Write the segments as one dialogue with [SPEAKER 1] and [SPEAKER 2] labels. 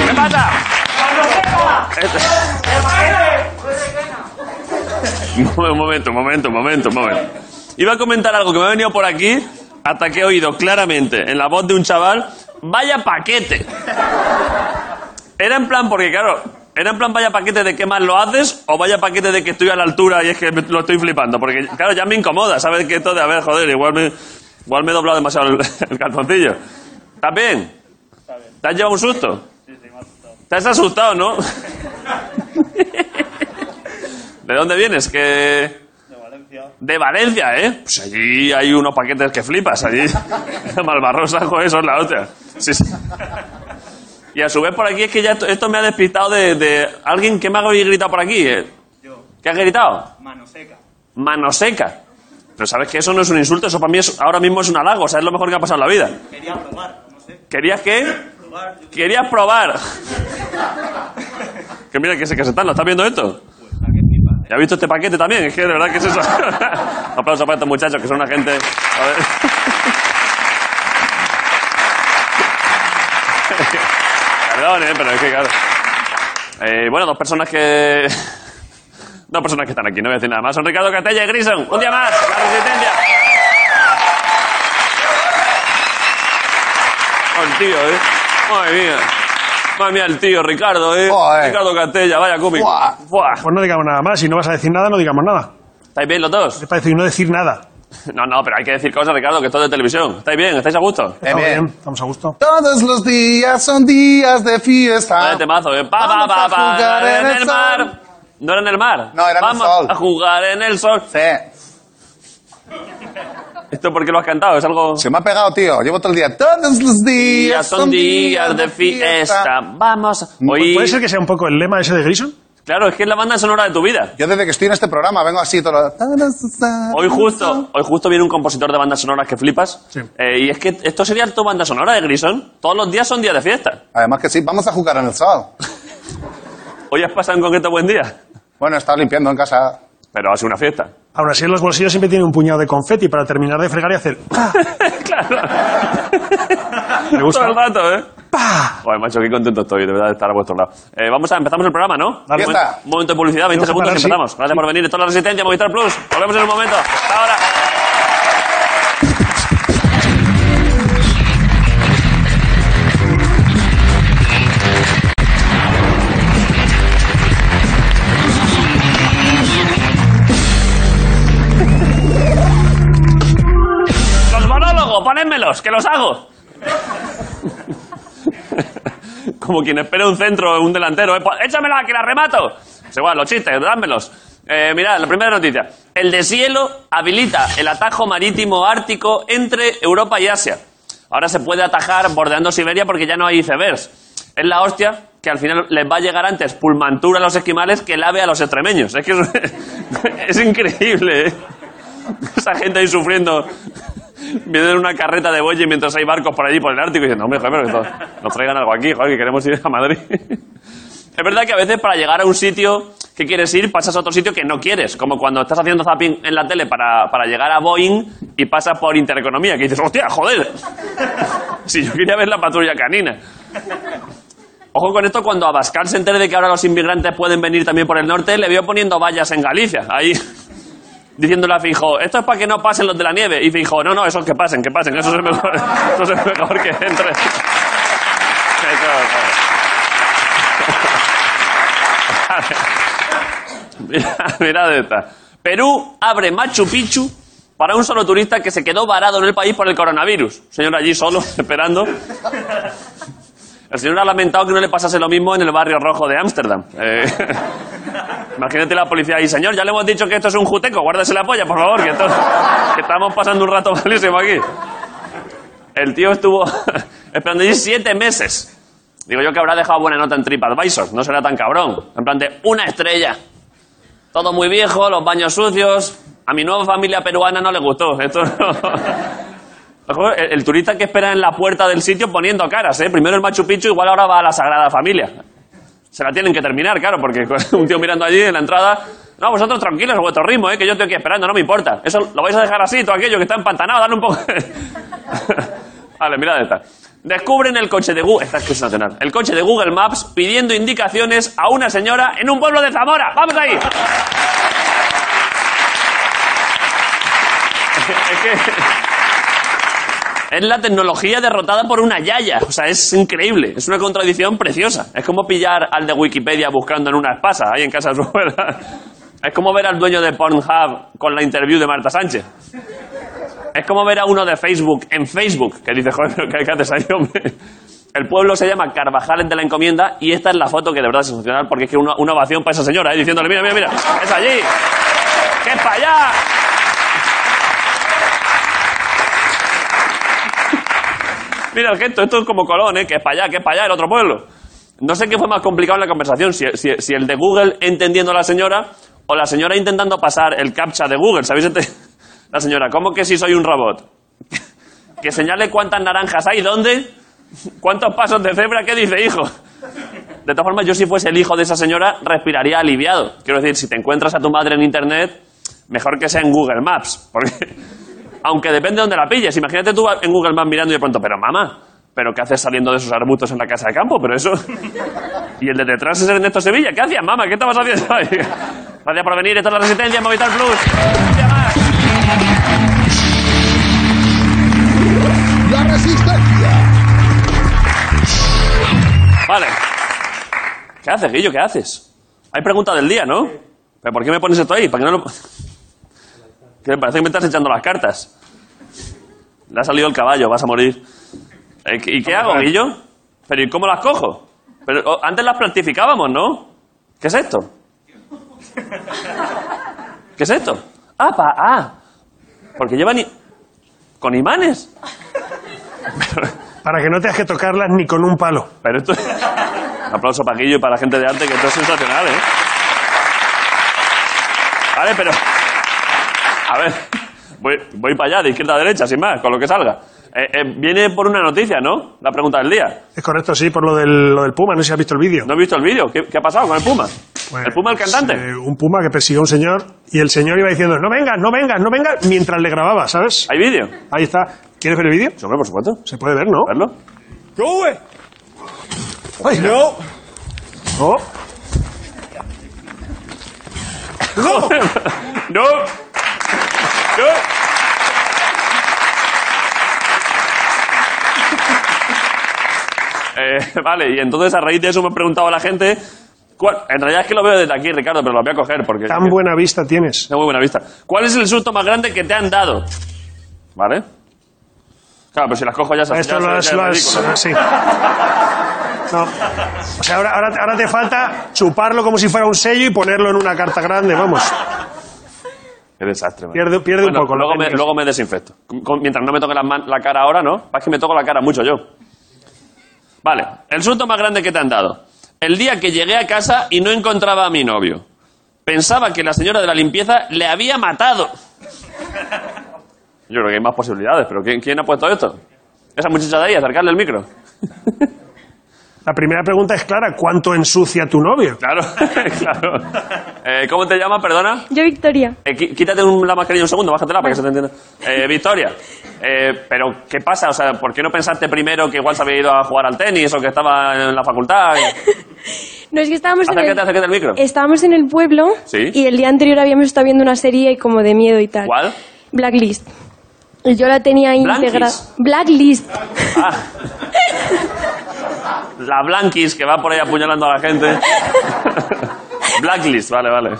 [SPEAKER 1] Un momento, un momento, un momento, un momento. Iba a comentar algo que me ha venido por aquí, hasta que he oído claramente en la voz de un chaval, vaya paquete. Era en plan, porque claro, era en plan vaya paquete de qué más lo haces o vaya paquete de que estoy a la altura y es que me- lo estoy flipando. Porque claro, ya me incomoda, ¿sabes? Que esto de, a ver, joder, igual me, igual me he doblado demasiado el, el calzoncillo. ¿Estás bien? ¿Te has llevado un susto? Te has asustado, ¿no? ¿De dónde vienes? Que... De Valencia, ¿eh? Pues allí hay unos paquetes que flipas. Allí, Malvarrosa, joder, son la otra. Sí, sí. Y a su vez por aquí es que ya esto, esto me ha despistado de, de alguien que me ha gritado por aquí. ¿eh? ¿Qué has gritado?
[SPEAKER 2] Mano seca.
[SPEAKER 1] Mano seca. Pero sabes que eso no es un insulto, eso para mí es- ahora mismo es un halago, o sea, es lo mejor que ha pasado en la vida.
[SPEAKER 2] Quería probar, no sé.
[SPEAKER 1] ¿Querías qué?
[SPEAKER 2] Probar, yo
[SPEAKER 1] Querías probar. que mira que se, que se están, ¿lo estás viendo esto?
[SPEAKER 2] pues, la que flipa.
[SPEAKER 1] ¿Ya has visto este paquete también? Es que de verdad que es eso. Aplausos para estos muchachos que son una gente. A ver. Perdón, eh, pero es que claro. Eh, bueno, dos personas que. Dos personas que están aquí, no voy a decir nada más. Son Ricardo Catella y Grison. Un día más, la resistencia. Oh, el tío, eh. Madre mía. Madre mía, el tío, Ricardo, eh.
[SPEAKER 3] Joder.
[SPEAKER 1] Ricardo Catella, vaya cómic.
[SPEAKER 3] Buah.
[SPEAKER 1] Buah.
[SPEAKER 4] Pues no digamos nada más. Si no vas a decir nada, no digamos nada.
[SPEAKER 1] ¿Estáis bien los dos?
[SPEAKER 4] Es para decir no decir nada.
[SPEAKER 1] No, no, pero hay que decir cosas, Ricardo, que esto es de televisión. ¿Estáis bien? ¿Estáis a gusto?
[SPEAKER 3] Bien,
[SPEAKER 4] Estamos
[SPEAKER 3] bien.
[SPEAKER 4] bien, estamos a gusto.
[SPEAKER 3] Todos los días son días de
[SPEAKER 1] Vaya
[SPEAKER 3] fiesta.
[SPEAKER 1] temazo, ¿eh? Pa, pa,
[SPEAKER 3] Vamos
[SPEAKER 1] pa,
[SPEAKER 3] a
[SPEAKER 1] pa.
[SPEAKER 3] jugar en
[SPEAKER 1] en
[SPEAKER 3] el
[SPEAKER 1] el
[SPEAKER 3] sol.
[SPEAKER 1] mar. No era en el mar.
[SPEAKER 3] No, era en el
[SPEAKER 1] Vamos
[SPEAKER 3] sol.
[SPEAKER 1] a jugar en el sol.
[SPEAKER 3] Sí.
[SPEAKER 1] ¿Esto por qué lo has cantado? Es algo...
[SPEAKER 3] Se me ha pegado, tío. Llevo todo el día. Todos los
[SPEAKER 1] Días
[SPEAKER 3] días
[SPEAKER 1] son días de fiesta. Vamos. Hoy...
[SPEAKER 4] ¿Puede ser que sea un poco el lema ese de Grison?
[SPEAKER 1] Claro, es que es la banda sonora de tu vida.
[SPEAKER 3] Yo desde que estoy en este programa vengo así todo lo...
[SPEAKER 1] Hoy justo, hoy justo viene un compositor de bandas sonoras que flipas. Eh, y es que esto sería tu banda sonora de Grison. Todos los días son días de fiesta.
[SPEAKER 3] Además que sí, vamos a jugar en el sol.
[SPEAKER 1] Hoy has pasado en concreto buen día.
[SPEAKER 3] Bueno, he estado limpiando en casa.
[SPEAKER 1] Pero ha sido una fiesta.
[SPEAKER 4] Ahora sí, en los bolsillos siempre tiene un puñado de confeti para terminar de fregar y hacer. ¡ah! ¡pa!
[SPEAKER 1] claro.
[SPEAKER 4] Me gusta.
[SPEAKER 1] Todo el rato, ¿eh?
[SPEAKER 4] ¡pa!
[SPEAKER 1] Joder, macho, qué contento estoy, de verdad, de estar a vuestro lado. Eh, vamos a, empezamos el programa, ¿no? Un
[SPEAKER 4] Dale.
[SPEAKER 3] Ya
[SPEAKER 1] momento-
[SPEAKER 3] está.
[SPEAKER 1] Un momento de publicidad, 20
[SPEAKER 4] Tenemos que
[SPEAKER 1] segundos y
[SPEAKER 4] parar, sí.
[SPEAKER 1] empezamos. Gracias por venir. Esto es La Resistencia, Movistar Plus. Volvemos en un momento. Hasta ahora. ¡Los monólogos! ¡Ponédmelos, que los hago! Como quien espera un centro o un delantero. ¿eh? Pues, ¡Échamela, que la remato! Es igual, los chistes, dámelos. Eh, mirad, la primera noticia. El deshielo habilita el atajo marítimo ártico entre Europa y Asia. Ahora se puede atajar bordeando Siberia porque ya no hay icebergs. Es la hostia que al final les va a llegar antes pulmantura a los esquimales que el ave a los extremeños. Es que es, es increíble, ¿eh? Esa gente ahí sufriendo. Viendo en una carreta de boye mientras hay barcos por allí por el Ártico y diciendo, hombre, joder, pero que to- nos traigan algo aquí, joder, que queremos ir a Madrid. Es verdad que a veces para llegar a un sitio que quieres ir, pasas a otro sitio que no quieres. Como cuando estás haciendo zapping en la tele para, para llegar a Boeing y pasas por Intereconomía, que dices, hostia, joder. Si yo quería ver la patrulla canina. Ojo con esto, cuando Abascal se entere de que ahora los inmigrantes pueden venir también por el norte, le veo poniendo vallas en Galicia. Ahí diciéndole a Fijo, esto es para que no pasen los de la nieve. Y Fijo, no, no, esos que pasen, que pasen, eso es mejor, eso es mejor que entre. Mira, mirad esta. Perú abre Machu Picchu para un solo turista que se quedó varado en el país por el coronavirus. Señor allí solo, esperando. El señor ha lamentado que no le pasase lo mismo en el barrio rojo de Ámsterdam. Eh, imagínate la policía ahí, señor, ya le hemos dicho que esto es un juteco, guárdese la polla, por favor, que, esto- que estamos pasando un rato malísimo aquí. El tío estuvo esperando allí siete meses. Digo yo que habrá dejado buena nota en TripAdvisor, no será tan cabrón. En plan de una estrella. Todo muy viejo, los baños sucios. A mi nueva familia peruana no le gustó. Esto no. Ojo, El, el turista que espera en la puerta del sitio poniendo caras, ¿eh? Primero el Machu Picchu, igual ahora va a la Sagrada Familia. Se la tienen que terminar, claro, porque un tío mirando allí en la entrada. No, vosotros tranquilos, a vuestro ritmo, ¿eh? Que yo estoy aquí esperando, no me importa. Eso lo vais a dejar así, todo aquello que está empantanado, dale un poco. vale, mirad esta. Descubren el coche de Google. Esta es que es nacional. El coche de Google Maps pidiendo indicaciones a una señora en un pueblo de Zamora. ¡Vamos ahí! Es que- es la tecnología derrotada por una yaya. O sea, es increíble. Es una contradicción preciosa. Es como pillar al de Wikipedia buscando en una espasa ahí en casa de su abuela. Es como ver al dueño de Pornhub con la interview de Marta Sánchez. Es como ver a uno de Facebook en Facebook que dice, joder, ¿qué, qué haces ahí, hombre? El pueblo se llama Carvajales de la Encomienda y esta es la foto que de verdad es sensacional porque es que una, una ovación para esa señora, ¿eh? diciéndole, mira, mira, mira, es allí, que es para allá. Mira, el gesto, esto es como Colón, ¿eh? que es para allá, que es para allá, el otro pueblo. No sé qué fue más complicado en la conversación, si, si- si el de Google entendiendo a la señora o la señora intentando pasar el captcha de Google, ¿sabéis? Ente- La señora, ¿cómo que si soy un robot? Que señale cuántas naranjas hay, dónde, cuántos pasos de cebra, ¿qué dice, hijo? De todas formas, yo si fuese el hijo de esa señora, respiraría aliviado. Quiero decir, si te encuentras a tu madre en Internet, mejor que sea en Google Maps, porque... Aunque depende de dónde la pilles. Imagínate tú en Google Maps mirando y de pronto, pero mamá, ¿pero qué haces saliendo de esos arbustos en la casa de campo? Pero eso... Y el de detrás es Ernesto Sevilla. ¿Qué hacías, mamá? ¿Qué estabas haciendo ahí? Gracias por venir. Esto es La Resistencia, Movistar Plus. Un día más.
[SPEAKER 5] La resistencia.
[SPEAKER 1] Vale. ¿Qué haces, Guillo? ¿Qué haces? Hay pregunta del día, ¿no? ¿Pero por qué me pones esto ahí? ¿Para qué no lo.? Que me parece que me estás echando las cartas. Le ha salido el caballo, vas a morir. Eh, ¿Y qué hago, Guillo? ¿Pero y cómo las cojo? Pero oh, antes las plantificábamos, ¿no? ¿Qué es esto? ¿Qué es esto? Ah, pa, ah. Porque llevan i- con imanes.
[SPEAKER 4] Para que no tengas que tocarlas ni con un palo.
[SPEAKER 1] Pero esto. Un aplauso para Guillo y para la gente de arte, que esto es sensacional, ¿eh? Vale, pero. A ver, voy, voy para allá, de izquierda a derecha, sin más, con lo que salga. Eh, eh, viene por una noticia, ¿no? La pregunta del día.
[SPEAKER 4] Es correcto, sí, por lo del, lo del Puma. No sé si has visto el vídeo.
[SPEAKER 1] No he visto el vídeo. ¿Qué, qué ha pasado con el Puma?
[SPEAKER 4] Pues,
[SPEAKER 1] ¿El Puma, el cantante?
[SPEAKER 4] eh, un Puma que persiguió a un señor y el señor iba diciendo, no vengas, no vengas, no vengas, mientras le grababa, ¿sabes?
[SPEAKER 1] ¿Hay vídeo?
[SPEAKER 4] Ahí está. ¿Quieres ver el vídeo?
[SPEAKER 1] Hombre, por supuesto.
[SPEAKER 4] Se puede ver, ¿no?
[SPEAKER 1] ¿Verlo?
[SPEAKER 4] no. No.
[SPEAKER 1] ¡No! ¡No! Eh, vale, y entonces a raíz de eso me he preguntado a la gente. cuál- en realidad es que lo veo desde aquí, Ricardo, pero lo voy a coger porque.
[SPEAKER 4] Tan buena vista tienes.
[SPEAKER 1] Tengo muy buena vista. ¿Cuál es el susto más grande que te han dado? ¿Vale? Claro, pero si las cojo ya se ya
[SPEAKER 4] Esto lo
[SPEAKER 1] se-
[SPEAKER 4] has...
[SPEAKER 1] ya
[SPEAKER 4] lo
[SPEAKER 1] es
[SPEAKER 4] has-
[SPEAKER 1] ridículo.
[SPEAKER 4] sí. No. O sea, ahora, ahora, ahora te falta chuparlo como si fuera un sello y ponerlo en una carta grande, vamos.
[SPEAKER 1] Qué desastre. man.
[SPEAKER 4] Pierde- pierde un poco, lo
[SPEAKER 1] Luego
[SPEAKER 4] que
[SPEAKER 1] me,
[SPEAKER 4] tienes.
[SPEAKER 1] luego me desinfecto. Con- con- mientras no me toque la, man- la cara ahora, ¿no? Es que me toco la cara mucho yo. Vale, el susto más grande que te han dado. El día que llegué a casa y no encontraba a mi novio. Pensaba que la señora de la limpieza le había matado. Yo creo que hay más posibilidades, pero ¿quién, quién ha puesto esto? Esa muchacha de ahí, acercarle el micro.
[SPEAKER 4] La primera pregunta es clara, ¿cuánto ensucia tu novio?
[SPEAKER 1] Claro, claro. Eh, ¿Cómo te llamas, perdona?
[SPEAKER 6] Yo, Victoria.
[SPEAKER 1] Eh, qui- quítate un- la mascarilla un segundo, bájatela para que se te entienda. Eh, Victoria, eh, pero ¿qué pasa? O sea, ¿por qué no pensaste primero que igual se había ido a jugar al tenis o que estaba en la facultad?
[SPEAKER 6] No es que estábamos en
[SPEAKER 1] Acércate,
[SPEAKER 6] el,
[SPEAKER 1] acércate al micro.
[SPEAKER 6] estábamos en el pueblo
[SPEAKER 1] Sí.
[SPEAKER 6] y el día anterior habíamos estado viendo una serie como de miedo y tal.
[SPEAKER 1] ¿Cuál?
[SPEAKER 6] Blacklist. Y yo la tenía
[SPEAKER 1] ¿Blacklist?
[SPEAKER 6] integrada. Blacklist.
[SPEAKER 1] Ah. La Blanquis que va por ahí apuñalando a la gente. Blacklist, vale, vale.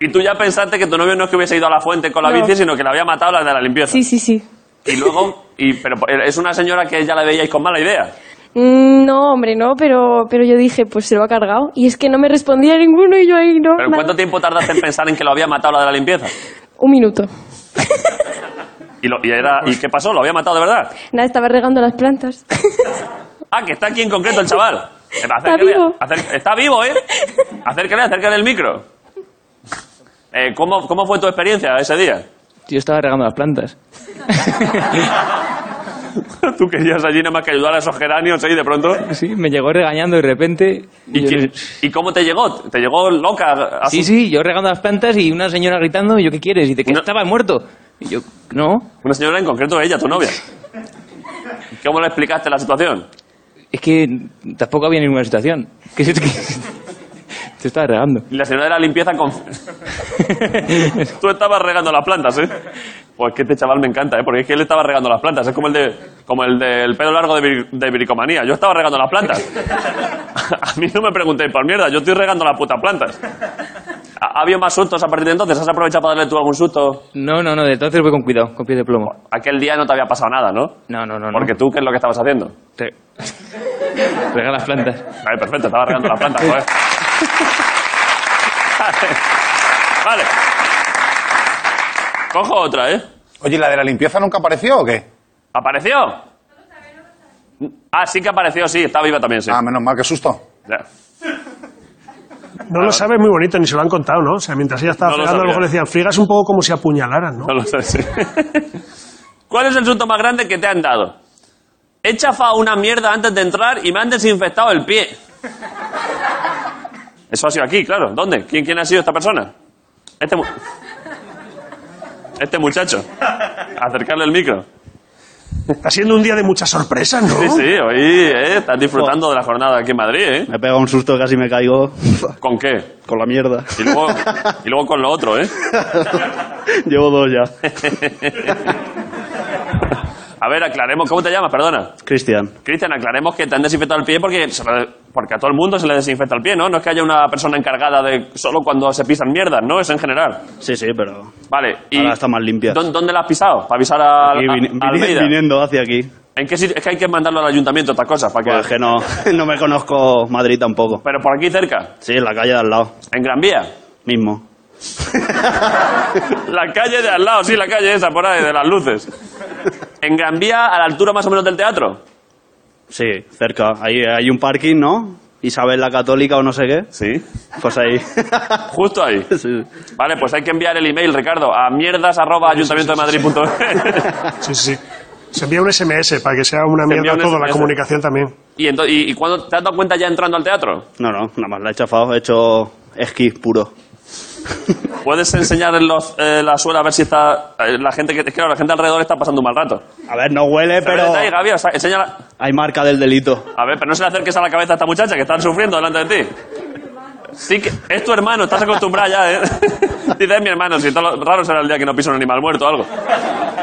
[SPEAKER 1] Y tú ya pensaste que tu novio no es que hubiese ido a la fuente con la
[SPEAKER 6] No.
[SPEAKER 1] bici, sino que le había matado la de la limpieza.
[SPEAKER 6] Sí, sí, sí.
[SPEAKER 1] Y luego, y, pero eh, es una señora que ya la veíais con mala idea.
[SPEAKER 6] Mm, No, hombre, no, pero, pero yo dije, pues se lo ha cargado. Y es que no me respondía ninguno y yo ahí no.
[SPEAKER 1] ¿Pero
[SPEAKER 6] nada.
[SPEAKER 1] cuánto tiempo tardaste en pensar en que lo había matado la de la limpieza?
[SPEAKER 6] Un minuto.
[SPEAKER 1] Y, lo- y era, ¿y qué pasó? ¿Lo había matado de verdad?
[SPEAKER 6] Nada, estaba regando las plantas.
[SPEAKER 1] Ah, que está aquí en concreto el chaval. Eh, acércale,
[SPEAKER 6] vivo.
[SPEAKER 1] acer- está vivo, ¿eh? Acércale, acércale el micro. Eh, ¿cómo, ¿Cómo fue tu experiencia ese día?
[SPEAKER 7] Yo estaba regando las plantas.
[SPEAKER 1] Tú querías allí nada más que ayudar a esos geranios ahí de pronto.
[SPEAKER 7] Sí, me llegó regañando de repente. y
[SPEAKER 1] ¿Y,
[SPEAKER 7] yo-
[SPEAKER 1] qué- ¿y cómo te llegó? ¿Te llegó loca?
[SPEAKER 8] Ah,
[SPEAKER 1] Ah, asu-
[SPEAKER 7] Sí, sí, yo regando las plantas y una señora gritando, y yo, ¿qué quieres? Y de que
[SPEAKER 1] Una-
[SPEAKER 7] estaba muerto. Y yo, no,
[SPEAKER 1] Una señora en concreto, ella, tu novia. ¿Cómo le explicaste la situación?
[SPEAKER 7] es que tampoco había ninguna situación. Que, es que- te estaba regando.
[SPEAKER 1] Y la señora de la limpieza con... Tú estabas regando las plantas, ¿eh? Pues que este chaval me encanta, ¿eh? Porque es que él estaba regando las plantas. Es como el, de, como el del pelo largo de, vir- de viricomanía. Yo estaba regando las plantas. A mí no me preguntéis por mierda. Yo estoy regando las putas plantas. ¿Ha ha habido más sustos a partir de entonces? ¿Has aprovechado para darle tú algún susto?
[SPEAKER 7] No, no, no, de entonces voy con cuidado, con pie de plomo.
[SPEAKER 1] Aquel día no te había pasado nada, ¿no?
[SPEAKER 7] No, no, no. no.
[SPEAKER 1] Porque tú, ¿qué es lo que estabas haciendo?
[SPEAKER 7] Re- Rega las plantas.
[SPEAKER 1] Vale, perfecto, estaba regando la planta, joder. Vale. Cojo otra, ¿eh?
[SPEAKER 3] Oye, ¿y la de la limpieza nunca apareció o qué?
[SPEAKER 1] ¿Apareció? Ah, sí que apareció, sí, está viva también, sí.
[SPEAKER 3] Ah, menos mal, qué susto.
[SPEAKER 1] Ya.
[SPEAKER 4] No lo sabes muy bonito, ni se lo han contado, ¿no? O sea, mientras ella estaba
[SPEAKER 1] No lo
[SPEAKER 4] fregando, a lo
[SPEAKER 1] sabía.
[SPEAKER 4] mejor le decían, friegas un poco como si apuñalaran, ¿no?
[SPEAKER 1] No lo sé, sí. ¿Cuál es el susto más grande que te han dado? He chafado una mierda antes de entrar y me han desinfectado el pie. Eso ha sido aquí, claro. ¿Dónde? ¿Quién, quién ha sido esta persona? Este, mu- este muchacho. Acercarle el micro.
[SPEAKER 4] Está siendo un día de muchas sorpresas, ¿no?
[SPEAKER 1] Sí, sí, hoy eh, estás disfrutando de la jornada aquí en Madrid, ¿eh?
[SPEAKER 5] Me he pegado un susto, casi me caigo
[SPEAKER 1] ¿Con qué?
[SPEAKER 5] con la mierda.
[SPEAKER 1] Y luego, y luego con lo otro, ¿eh?
[SPEAKER 5] Llevo dos ya.
[SPEAKER 1] A ver, aclaremos. ¿Cómo te llamas? Perdona.
[SPEAKER 5] Cristian,
[SPEAKER 1] Cristian, aclaremos que te han desinfectado el pie porque, se le- porque a todo el mundo se le desinfecta el pie, ¿no? No es que haya una persona encargada de solo cuando se pisan mierdas, ¿no? Es en general.
[SPEAKER 5] sí, sí, pero
[SPEAKER 1] Vale. Y
[SPEAKER 5] Ahora está más limpia.
[SPEAKER 1] ¿dó- ¿Dónde la has pisado? Para avisar a,
[SPEAKER 5] aquí
[SPEAKER 1] a-
[SPEAKER 5] vin-
[SPEAKER 1] a
[SPEAKER 5] vin-
[SPEAKER 1] Almeida.
[SPEAKER 5] viniendo hacia aquí.
[SPEAKER 1] ¿En qué sitio? Es que hay que mandarlo al ayuntamiento, estas cosas. Para que...
[SPEAKER 5] Pues es que no, no me conozco Madrid tampoco.
[SPEAKER 1] Pero por aquí cerca,
[SPEAKER 5] Sí, en la calle de al lado,
[SPEAKER 1] en Gran Vía.
[SPEAKER 5] mismo.
[SPEAKER 1] La calle de al lado, sí, la calle esa, por ahí, de las luces. En Gran Vía, a la altura más o menos del teatro.
[SPEAKER 5] Sí, cerca. Ahí hay un parking, ¿no? Isabel la Católica o no sé qué.
[SPEAKER 1] Sí.
[SPEAKER 5] Pues ahí.
[SPEAKER 1] Justo ahí.
[SPEAKER 5] Sí.
[SPEAKER 1] Vale, pues hay que enviar el email, Ricardo, a mierdas.ayuntamientodemadrid.es.
[SPEAKER 4] Sí, sí. Se envía un SMS para que sea una
[SPEAKER 1] Se envía
[SPEAKER 4] mierda
[SPEAKER 1] un
[SPEAKER 4] toda la
[SPEAKER 1] SMS.
[SPEAKER 4] comunicación también.
[SPEAKER 1] ¿Y, ento- y, y cuándo te has dado cuenta ya entrando al teatro?
[SPEAKER 5] No, no, nada más la he chafado, he hecho esquí puro.
[SPEAKER 1] ¿Puedes enseñar en los- eh, la suela a ver si está. eh, la gente que. Es que claro, la gente alrededor está pasando un mal rato.
[SPEAKER 5] A ver, no huele,
[SPEAKER 1] Pero.
[SPEAKER 5] pero
[SPEAKER 1] Gaby, o sea, enséñala.
[SPEAKER 5] hay marca del delito.
[SPEAKER 1] A ver, pero no se le acerques a la cabeza a esta muchacha que están sufriendo delante de ti. Sí que. Es tu hermano, estás acostumbrada ya, ¿eh? Dices, "Es mi hermano, si todo lo- raro será el día que no piso un animal muerto o algo.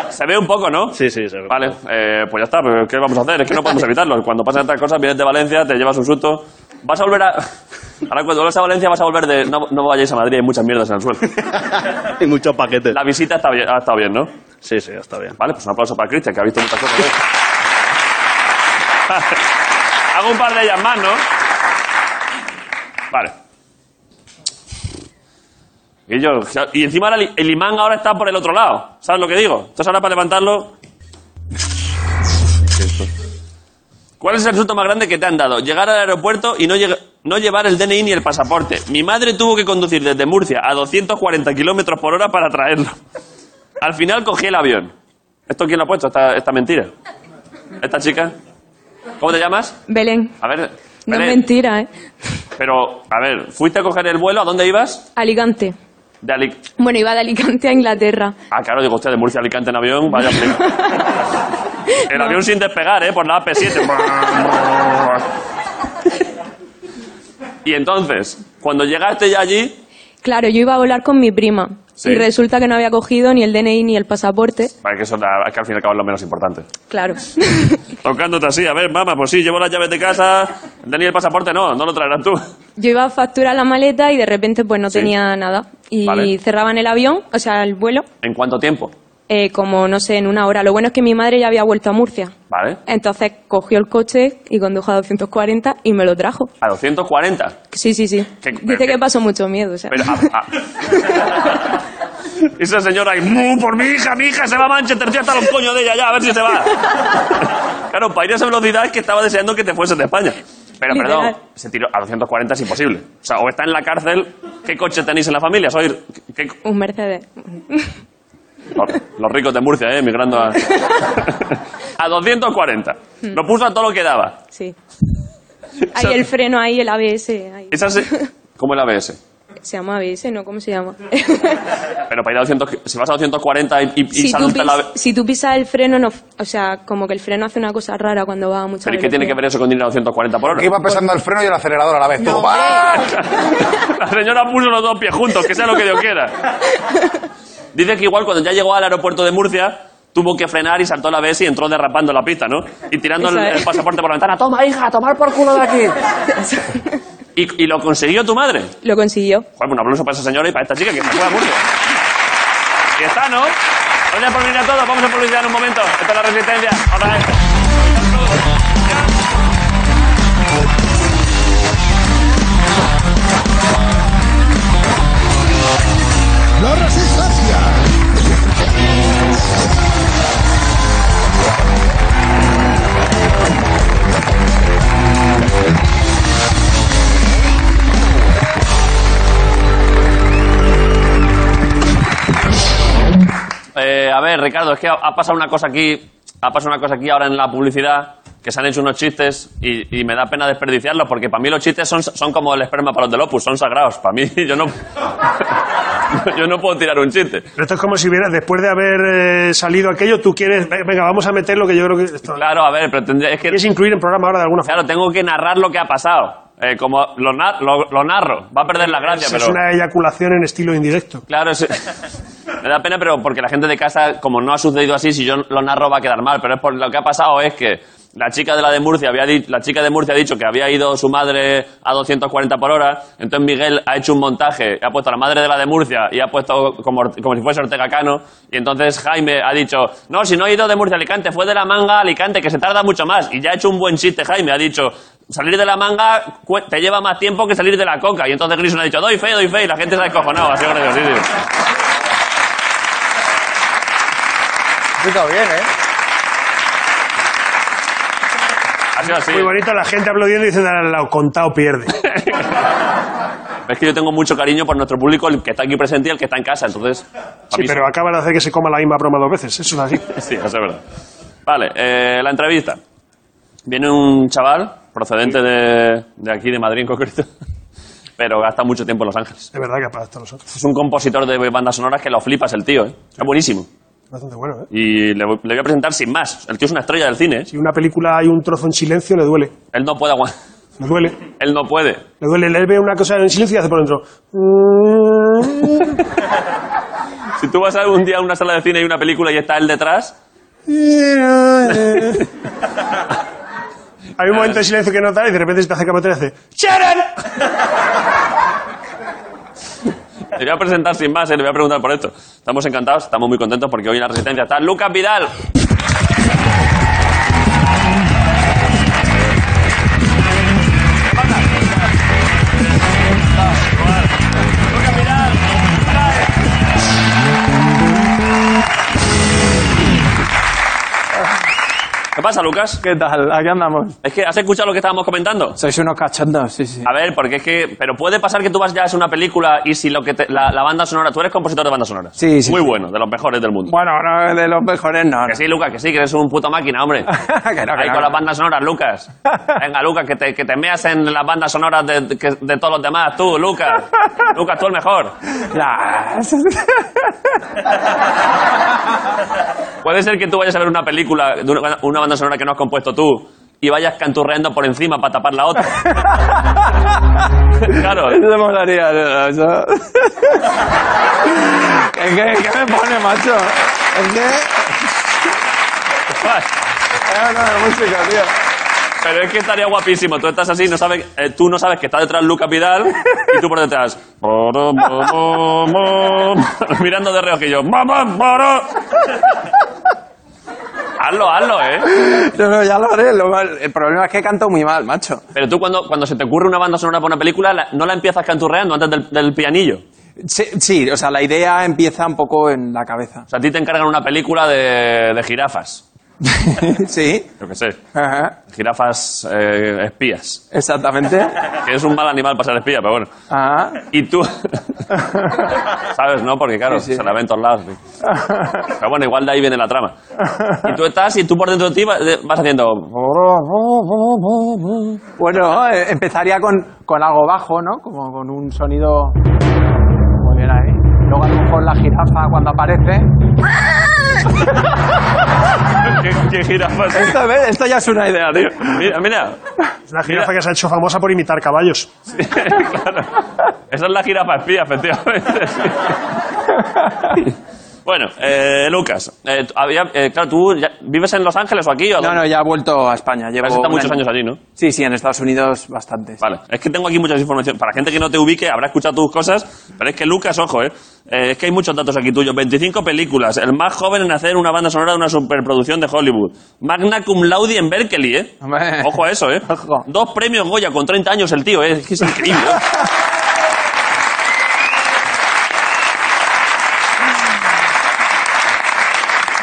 [SPEAKER 1] Se ve un poco, ¿no?
[SPEAKER 5] Sí, sí, se ve.
[SPEAKER 1] Vale, eh, pues ya está, pero ¿qué vamos a hacer? Es que no podemos evitarlo. Cuando pasan estas cosas, vienes de Valencia, te llevas un susto. Vas a volver a. Ahora, cuando vuelvas a Valencia, vas a volver de. No, no vayáis a Madrid, hay muchas mierdas en el suelo.
[SPEAKER 5] y muchos paquetes.
[SPEAKER 1] La visita está bien, ha estado bien, ¿no?
[SPEAKER 5] Sí, sí, está bien.
[SPEAKER 1] Vale, pues un aplauso para Cristian, que ha visto muchas cosas. hoy. Hago un par de ellas más, ¿no? Vale. Y, yo, y encima ahora el- el imán ahora está por el otro lado. ¿Sabes lo que digo? Entonces ahora para levantarlo... ¿Cuál es el susto más grande que te han dado? Llegar al aeropuerto y no, llega- no llevar el DNI ni el pasaporte. Mi madre tuvo que conducir desde Murcia a 240 kilómetros por hora para traerlo. Al final cogí el avión. ¿Esto quién lo ha puesto? Esta, esta mentira. ¿Esta chica? ¿Cómo te llamas?
[SPEAKER 6] Belén.
[SPEAKER 1] A ver.
[SPEAKER 6] No
[SPEAKER 1] Belén,
[SPEAKER 6] es mentira, ¿eh?
[SPEAKER 1] Pero, a ver, ¿fuiste a coger el vuelo? ¿A dónde ibas?
[SPEAKER 6] Alicante.
[SPEAKER 1] De Alic
[SPEAKER 6] Bueno, iba de Alicante a Inglaterra.
[SPEAKER 1] Ah, claro, digo, usted de Murcia a Alicante en avión, vaya flipa. El avión sin despegar, ¿eh? Por la AP7. y entonces, cuando llegaste ya allí,
[SPEAKER 6] Claro, yo iba a volar con mi prima.
[SPEAKER 1] Sí.
[SPEAKER 6] Y resulta que no había cogido ni el DNI ni el pasaporte.
[SPEAKER 1] para que eso da- es que al fin y al cabo es lo menos importante.
[SPEAKER 6] Claro.
[SPEAKER 1] Tocándote así, a ver, mamá, pues sí, llevo las llaves de casa, Dani el pasaporte, no, no lo traerás tú.
[SPEAKER 6] Yo iba a facturar la maleta y de repente pues no
[SPEAKER 1] Sí.
[SPEAKER 6] tenía nada. Y
[SPEAKER 1] Vale.
[SPEAKER 6] cerraban el avión, o sea, el vuelo,
[SPEAKER 1] ¿En cuánto tiempo?
[SPEAKER 6] eh, como no sé, en una hora. Lo bueno es que mi madre ya había vuelto a Murcia.
[SPEAKER 1] ¿Vale?
[SPEAKER 6] Entonces cogió el coche y condujo a 240 y me lo trajo.
[SPEAKER 1] A 240.
[SPEAKER 6] Sí, sí, sí.
[SPEAKER 1] ¿Qué-
[SPEAKER 6] Dice
[SPEAKER 1] qué-
[SPEAKER 6] que pasó mucho miedo. O sea.
[SPEAKER 1] Pero, ah. a- a- Esa señora, ahí, "Mu, por mi hija, mi hija se va a Manchester, ya está los coños de ella, ya, a ver si se va. claro, para ir a esa velocidad es que estaba deseando que te fueses de España. Pero
[SPEAKER 6] Literal.
[SPEAKER 1] perdón, se tiró a 240 es imposible. O sea, o está en la cárcel, ¿qué coche tenéis en la familia? Sois ¿qué- qué-
[SPEAKER 6] Un Mercedes.
[SPEAKER 1] los, los ricos de Murcia, eh, migrando a a 240. Lo puso a todo lo que daba.
[SPEAKER 6] Sí. Hay el freno ahí, el ABS. ahí.
[SPEAKER 1] Esa se- ¿Cómo el ABS?
[SPEAKER 6] Se llama ABS, ¿no? ¿Cómo se llama?
[SPEAKER 1] Pero para ir a 200, si vas a 240 y, y, y
[SPEAKER 6] si, tú
[SPEAKER 1] saltas la...
[SPEAKER 6] pis- si tú pisas el freno, no, o sea, como que el freno hace una cosa rara cuando va a mucha
[SPEAKER 1] ¿Pero ¿y qué tiene que ver eso con ir a 240 por hora?
[SPEAKER 3] Que iba pesando el freno y el acelerador a la vez.
[SPEAKER 6] No,
[SPEAKER 3] Tú, ¡va!
[SPEAKER 1] La señora puso los dos pies juntos, que sea lo que Dios quiera. Dice que igual cuando ya llegó al aeropuerto de Murcia, tuvo que frenar y saltó la vez y entró derrapando la pista, ¿no? Y tirando el,
[SPEAKER 6] Eso es.
[SPEAKER 1] el pasaporte por la ventana. ¡Toma!
[SPEAKER 6] Toma, hija, tomar por culo de aquí.
[SPEAKER 1] Y, y lo consiguió tu madre.
[SPEAKER 6] Lo consiguió.
[SPEAKER 1] Joder, un aplauso para esa señora y para esta chica que se fue a Murcia. Y está, ¿no? Gracias por venir a todos. Vamos a publicidad en un momento. Esta es la resistencia. Ahora esto.
[SPEAKER 9] ¡La resistencia!
[SPEAKER 1] Eh, a ver, Ricardo, es que ha, ha pasado una cosa aquí, ha pasado una cosa aquí ahora en la publicidad, que se han hecho unos chistes y, y me da pena desperdiciarlos, porque para mí los chistes son, son como el esperma para los del Opus, son sagrados. Para mí, yo no, yo no puedo tirar un chiste.
[SPEAKER 4] Pero esto es como si hubieras, después de haber eh, salido aquello, tú quieres. ve- Venga, vamos a meter lo que yo creo que. esto-
[SPEAKER 1] Claro, a ver, pero tendría- es que,
[SPEAKER 4] Quieres incluir en programa ahora de alguna forma.
[SPEAKER 1] claro, tengo que narrar lo que ha pasado. Eh, como lo, na- lo- lo narro, va a perder la gracia,
[SPEAKER 4] es
[SPEAKER 1] pero...
[SPEAKER 4] una eyaculación en estilo indirecto.
[SPEAKER 1] Claro, es- me da pena, pero porque la gente de casa, como no ha sucedido así, si yo lo narro va a quedar mal. Pero es por lo que ha pasado es que la chica de la de Murcia había di- la chica de Murcia ha dicho que había ido su madre a 240 por hora. Entonces Miguel ha hecho un montaje, ha puesto a la madre de la de Murcia y ha puesto como, Orte- como si fuese Ortega Cano. Y entonces Jaime ha dicho, no, si no he ido de Murcia a Alicante, fue de la manga a Alicante, que se tarda mucho más. Y ya ha hecho un buen chiste Jaime, ha dicho, salir de la manga cu- te lleva más tiempo que salir de la coca. Y entonces Grison ha dicho, doy fe, doy fe, y la gente se ha descojonado, ha sido graciosísimo.
[SPEAKER 3] Explicado bien, ¿eh?
[SPEAKER 1] Ha sido así.
[SPEAKER 4] Muy bonito, la gente aplaudiendo y diciendo al lado, contado pierde.
[SPEAKER 1] Es que yo tengo mucho cariño por nuestro público, el que está aquí presente y el que está en casa, entonces... a
[SPEAKER 4] Sí,
[SPEAKER 1] mí-
[SPEAKER 4] pero acaba de hacer que se coma la misma broma dos veces. Eso es así.
[SPEAKER 1] Sí, eso es verdad. Vale, eh, la entrevista. Viene un chaval procedente de, de aquí, de Madrid en concreto, pero gasta mucho tiempo en Los Ángeles.
[SPEAKER 4] De verdad que para todos nosotros.
[SPEAKER 1] Es un compositor de bandas sonoras que lo flipas el tío, ¿eh? Es buenísimo.
[SPEAKER 4] Bastante bueno, ¿eh?
[SPEAKER 1] Y le, voy- le voy a presentar sin más. El tío es una estrella del cine. ¿eh?
[SPEAKER 4] Si una película hay un trozo en silencio, le duele.
[SPEAKER 1] Él no puede aguantar.
[SPEAKER 4] Le duele.
[SPEAKER 1] Él no puede.
[SPEAKER 4] Le duele. Él ve una cosa en silencio y hace por dentro.
[SPEAKER 1] Si tú vas algún día a una sala de cine y una película y está él detrás,
[SPEAKER 4] Hay un momento de silencio que no tal y de repente se te hace camote y hace. ¡Sharon!
[SPEAKER 1] Te voy a presentar sin más, eh, le voy a preguntar por esto. Estamos encantados, estamos muy contentos porque hoy en la Resistencia está Lucas Vidal. ¿Qué pasa, Lucas?
[SPEAKER 8] ¿Qué tal? Aquí andamos.
[SPEAKER 1] Es que has escuchado lo que estábamos comentando.
[SPEAKER 8] Sois unos cachondos, sí, sí.
[SPEAKER 1] A ver, porque es que. Pero puede pasar que tú vas ya a una película y si lo que te- la, la banda sonora. Tú eres compositor de banda sonora.
[SPEAKER 8] Sí, sí,
[SPEAKER 1] Muy
[SPEAKER 8] sí.
[SPEAKER 1] bueno, de los mejores del mundo.
[SPEAKER 8] Bueno, no, de los mejores no.
[SPEAKER 1] Que sí, Lucas, que sí, que eres un puto máquina, hombre.
[SPEAKER 8] Que no, que
[SPEAKER 1] Ahí con
[SPEAKER 8] no,
[SPEAKER 1] las
[SPEAKER 8] que no.
[SPEAKER 1] bandas sonoras, Lucas. Venga, Lucas, que te, que te meas en las bandas sonoras de, de- que- de todos los demás. Tú, Lucas. Lucas, tú el mejor.
[SPEAKER 8] Nah.
[SPEAKER 1] Puede ser que tú vayas a ver una película, de una, una banda sonora que no has compuesto tú, y vayas canturreando por encima para tapar la otra. claro.
[SPEAKER 8] Eso me molaría. no,
[SPEAKER 1] eh,
[SPEAKER 8] eso. ¿Qué, qué, qué me pone, macho? Es que es una Ah, música, tío.
[SPEAKER 1] Pero es que estaría guapísimo. Tú estás así, no sabes, eh, tú no sabes que está detrás Lucas Vidal y tú por detrás. Mirando de reojillo. hazlo, hazlo, ¿eh?
[SPEAKER 8] No, no, ya lo haré. lo mal- El problema es que canto muy mal, macho.
[SPEAKER 1] Pero tú cuando, cuando se te ocurre una banda sonora para una película, la- no la empiezas canturreando antes del, del pianillo.
[SPEAKER 8] Sí, sí, o sea, la idea empieza un poco en la cabeza.
[SPEAKER 1] O sea, a ti te encargan una película de, de jirafas.
[SPEAKER 8] sí.
[SPEAKER 1] Yo qué sé.
[SPEAKER 8] Ajá.
[SPEAKER 1] Jirafas eh, espías.
[SPEAKER 8] Exactamente.
[SPEAKER 1] Que es un mal animal para ser espía, pero bueno.
[SPEAKER 8] Ajá.
[SPEAKER 1] Y tú. ¿Sabes, no? Porque claro,
[SPEAKER 8] Sí, sí.
[SPEAKER 1] se la ven en todos lados. sí. Pero bueno, igual de ahí viene la trama. Y tú estás y tú por dentro de ti va- de- vas haciendo.
[SPEAKER 8] Bueno, eh, empezaría con, con algo bajo, ¿no? Como con un sonido. Muy bien ahí. Luego a lo mejor la jirafa cuando aparece.
[SPEAKER 1] ¿Qué, qué jirafas?
[SPEAKER 8] Esto, ¿ves? Esto ya es una idea, tío.
[SPEAKER 1] Mira, mira.
[SPEAKER 4] Es la jirafa que se ha hecho famosa por imitar caballos.
[SPEAKER 1] claro. Esa es la jirafa espía, efectivamente. sí. Bueno, eh, Lucas, eh, tú- había- eh, claro, ¿tú ya- vives en Los Ángeles o aquí? O
[SPEAKER 8] No,
[SPEAKER 1] dónde?
[SPEAKER 8] no, ya he vuelto a España. Llevo
[SPEAKER 1] Has estado
[SPEAKER 8] un
[SPEAKER 1] muchos
[SPEAKER 8] año.
[SPEAKER 1] años allí, ¿no?
[SPEAKER 8] Sí, sí, en Estados Unidos bastantes.
[SPEAKER 1] Vale, es que tengo aquí muchas informaciones. Para gente que no te ubique, habrá escuchado tus cosas, pero es que Lucas, ojo, ¿eh? Eh, es que hay muchos datos aquí tuyos. 25 películas, el más joven en hacer una banda sonora de una superproducción de Hollywood. Magna cum laude en Berkeley, ¿eh?
[SPEAKER 8] Hombre.
[SPEAKER 1] Ojo a eso, ¿eh?
[SPEAKER 8] Ojo.
[SPEAKER 1] Dos premios Goya con 30 años el tío, ¿eh? Es que es increíble. ¿eh?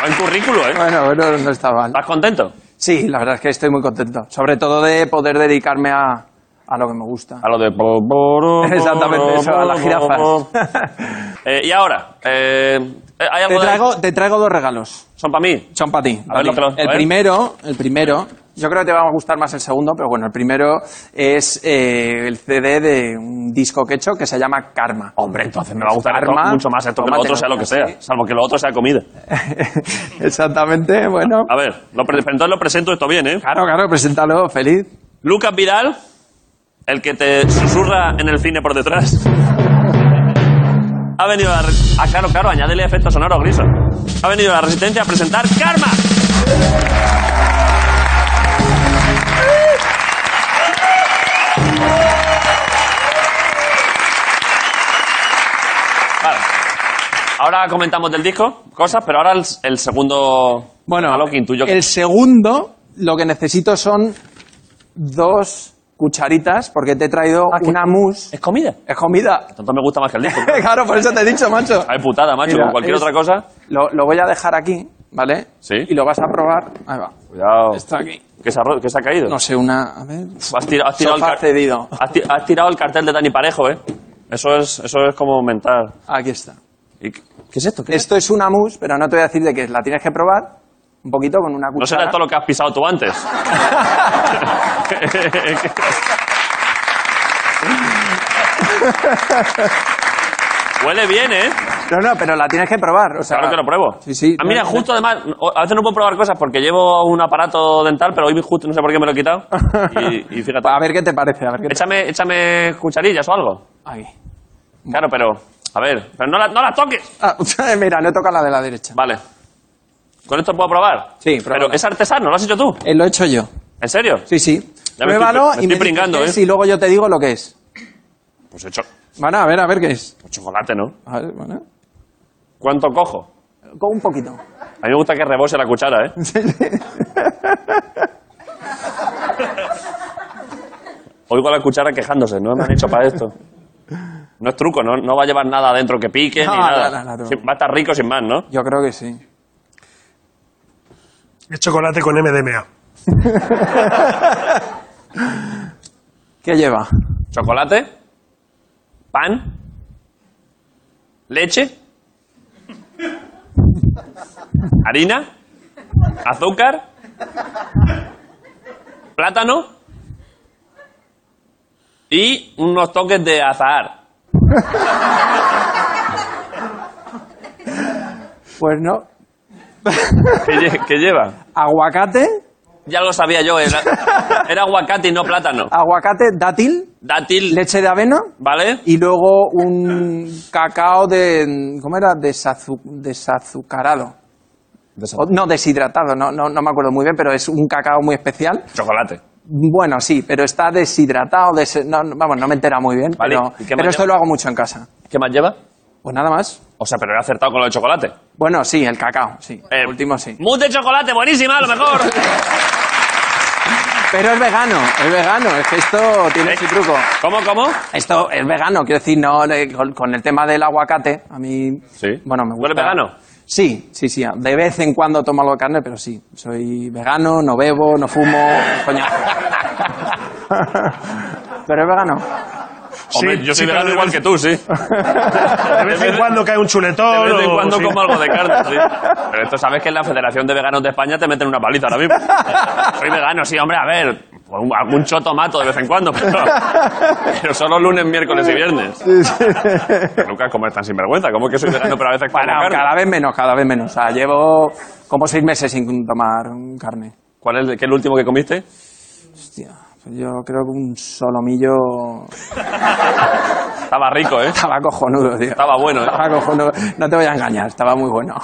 [SPEAKER 1] Buen currículo, ¿eh?
[SPEAKER 8] Bueno, bueno, no está mal.
[SPEAKER 1] ¿Estás contento?
[SPEAKER 8] Sí, la verdad es que estoy muy contento. Sobre todo de poder dedicarme a, a lo que me gusta.
[SPEAKER 1] A lo de...
[SPEAKER 8] Exactamente, eso, a las jirafas.
[SPEAKER 1] Eh, y ahora, eh, ¿hay
[SPEAKER 8] Te
[SPEAKER 1] algo de-
[SPEAKER 8] traigo, te traigo dos regalos.
[SPEAKER 1] ¿Son para mí?
[SPEAKER 8] Son para ti.
[SPEAKER 1] A ver,
[SPEAKER 8] Dani.
[SPEAKER 1] lógelo, a
[SPEAKER 8] el
[SPEAKER 1] ver.
[SPEAKER 8] primero, el primero. Yo creo que te va a gustar más el segundo, pero bueno, el primero es eh, el CD de un disco que he hecho que se llama Karma.
[SPEAKER 1] Hombre, entonces me va a gustar esto
[SPEAKER 8] Karma,
[SPEAKER 1] mucho más esto que lo otro sea lo que sea, salvo que lo otro sea comida.
[SPEAKER 8] Exactamente, bueno.
[SPEAKER 1] A ver, lo pre- entonces lo presento esto bien, ¿eh?
[SPEAKER 8] Claro, claro, preséntalo, feliz.
[SPEAKER 1] Lucas Vidal, el que te susurra en el cine por detrás. Ha venido a... la re- Ah, claro, claro, añádele efecto sonoro, Griso. Ha venido a la Resistencia a presentar Karma. Vale. Ahora comentamos del disco, cosas, pero ahora el, el segundo...
[SPEAKER 8] Bueno,
[SPEAKER 1] regalo que intuyo que-
[SPEAKER 8] el segundo, lo que necesito son dos cucharitas, porque te he traído una mousse.
[SPEAKER 1] Es comida.
[SPEAKER 8] Es comida.
[SPEAKER 1] Tanto me gusta más que el disco.
[SPEAKER 8] claro, por eso te he dicho, macho.
[SPEAKER 1] Ay, putada, macho,
[SPEAKER 8] Mira,
[SPEAKER 1] con cualquier
[SPEAKER 8] es-
[SPEAKER 1] otra cosa.
[SPEAKER 8] Lo, lo voy a dejar aquí, ¿vale?
[SPEAKER 1] Sí.
[SPEAKER 8] Y lo vas a probar. Ahí va.
[SPEAKER 1] Cuidado.
[SPEAKER 8] Está aquí.
[SPEAKER 1] ¿Qué se ha, ro- qué se ha caído?
[SPEAKER 8] No sé, una. A ver.
[SPEAKER 1] Has tira- has tirado, el
[SPEAKER 8] Sofá
[SPEAKER 1] car-
[SPEAKER 8] cedido.
[SPEAKER 1] has ti- has tirado el cartel de Dani Parejo, ¿eh? Eso es, eso es como mental.
[SPEAKER 8] Aquí está.
[SPEAKER 1] ¿Y qué, qué es esto? ¿Qué es
[SPEAKER 8] Esto es una mousse, pero no te voy a decir de qué es. La tienes que probar un poquito con una
[SPEAKER 1] No
[SPEAKER 8] cuchara.
[SPEAKER 1] será esto lo que has pisado tú antes. Huele bien, ¿eh?
[SPEAKER 8] No, no, pero la tienes que probar. O sea,
[SPEAKER 1] Claro que lo pruebo.
[SPEAKER 8] Sí, sí.
[SPEAKER 1] Ah, mira,
[SPEAKER 8] No,
[SPEAKER 1] justo además, o- a veces no puedo probar cosas porque llevo un aparato dental, pero hoy justo no sé por qué me lo he quitado. Y, y fíjate.
[SPEAKER 8] A ver qué te parece. A ver qué te...
[SPEAKER 1] Échame, échame cucharillas o algo.
[SPEAKER 8] Ahí.
[SPEAKER 1] Claro, pero. A ver, pero no la, no la toques.
[SPEAKER 8] Ah, mira, no toca la de la derecha.
[SPEAKER 1] Vale. ¿Con esto puedo probar?
[SPEAKER 8] Sí,
[SPEAKER 1] Pero
[SPEAKER 8] pruébala.
[SPEAKER 1] es artesano, lo has hecho tú.
[SPEAKER 8] Eh, lo he hecho yo.
[SPEAKER 1] ¿En serio?
[SPEAKER 8] Sí, sí.
[SPEAKER 1] Ya me estoy-
[SPEAKER 8] Pruébalo
[SPEAKER 1] me estoy
[SPEAKER 8] y me dices
[SPEAKER 1] pringando,
[SPEAKER 8] qué es
[SPEAKER 1] ¿eh?
[SPEAKER 8] y luego yo te digo lo que es.
[SPEAKER 1] Pues he hecho pues
[SPEAKER 8] Van a ver, a ver qué es.
[SPEAKER 1] chocolate, ¿no?
[SPEAKER 8] A ver, bueno.
[SPEAKER 1] ¿Cuánto cojo?
[SPEAKER 8] Con un poquito.
[SPEAKER 1] A mí me gusta que rebose la cuchara, ¿eh? Oigo a la cuchara quejándose, no me han hecho para esto. No es truco, no, no va a llevar nada adentro que pique
[SPEAKER 8] No,
[SPEAKER 1] ni
[SPEAKER 8] no,
[SPEAKER 1] nada.
[SPEAKER 8] no, no, no.
[SPEAKER 1] Sí, va a estar rico sin más, ¿no?
[SPEAKER 8] Yo creo que sí.
[SPEAKER 4] Es chocolate con MDMA.
[SPEAKER 8] ¿Qué lleva?
[SPEAKER 1] Chocolate, pan, leche, harina, azúcar, plátano y unos toques de azahar.
[SPEAKER 8] Pues no.
[SPEAKER 1] ¿Qué, lle- qué lleva?
[SPEAKER 8] Aguacate,
[SPEAKER 1] Ya lo sabía yo, era, era aguacate y no plátano.
[SPEAKER 8] aguacate, dátil,
[SPEAKER 1] Dátil,
[SPEAKER 8] leche de avena
[SPEAKER 1] ¿vale?
[SPEAKER 8] y luego un cacao de. ¿Cómo era? Desazu- desazucarado. O- no, deshidratado, no, no, no me acuerdo muy bien, pero es un cacao muy especial.
[SPEAKER 1] Chocolate.
[SPEAKER 8] Bueno, sí, pero está deshidratado, des- no, no- vamos, no me entera muy bien,
[SPEAKER 1] Vale,
[SPEAKER 8] pero,
[SPEAKER 1] ¿y qué más
[SPEAKER 8] pero esto
[SPEAKER 1] lleva?
[SPEAKER 8] lo hago mucho en casa.
[SPEAKER 1] ¿Qué más lleva?
[SPEAKER 8] Pues nada más.
[SPEAKER 1] O sea, pero he acertado con lo de chocolate.
[SPEAKER 8] Bueno, sí, el cacao, sí.
[SPEAKER 1] Eh,
[SPEAKER 8] el último sí.
[SPEAKER 1] Mousse de chocolate, buenísima, a lo mejor.
[SPEAKER 8] Pero es vegano, es vegano, es que esto tiene su truco.
[SPEAKER 1] ¿Cómo, cómo?
[SPEAKER 8] Esto es vegano, quiero decir, no, le- con, con el tema del aguacate, a mí...
[SPEAKER 1] Sí.
[SPEAKER 8] Bueno, me
[SPEAKER 1] ¿Tú eres
[SPEAKER 8] gusta-
[SPEAKER 1] vegano?
[SPEAKER 8] Sí, sí, sí. De vez en cuando tomo algo de carne, pero sí. Soy vegano, no bebo, no fumo. coño. pero es vegano.
[SPEAKER 1] Hombre,
[SPEAKER 4] Sí,
[SPEAKER 1] yo soy
[SPEAKER 4] sí, pero
[SPEAKER 1] vegano
[SPEAKER 4] de
[SPEAKER 1] igual
[SPEAKER 4] vez-
[SPEAKER 1] que tú, sí.
[SPEAKER 4] De vez en cuando cae un
[SPEAKER 1] De
[SPEAKER 4] chuletón.
[SPEAKER 1] vez en
[SPEAKER 4] o-
[SPEAKER 1] cuando
[SPEAKER 4] Oh, sí.
[SPEAKER 1] como algo de carne, sí. Pero esto sabes que en la Federación de Veganos de España te meten una paliza ahora mismo. Soy vegano, sí, hombre, a ver, un- algún choto mato de vez en cuando, pero, pero solo lunes, miércoles y viernes. Pero, Lucas, ¿cómo es tan sinvergüenza? ¿Cómo que soy vegano pero a veces como
[SPEAKER 8] Bueno,
[SPEAKER 1] carne?
[SPEAKER 8] cada vez menos, cada vez menos. O sea, llevo como seis meses sin tomar carne.
[SPEAKER 1] ¿Cuál es el- qué es el último que comiste?
[SPEAKER 8] Hostia, pues yo creo que un solomillo
[SPEAKER 1] Estaba rico, ¿eh?
[SPEAKER 8] estaba cojonudo, tío.
[SPEAKER 1] Estaba bueno, ¿eh?
[SPEAKER 8] Estaba cojonudo. No te voy a engañar, estaba muy bueno.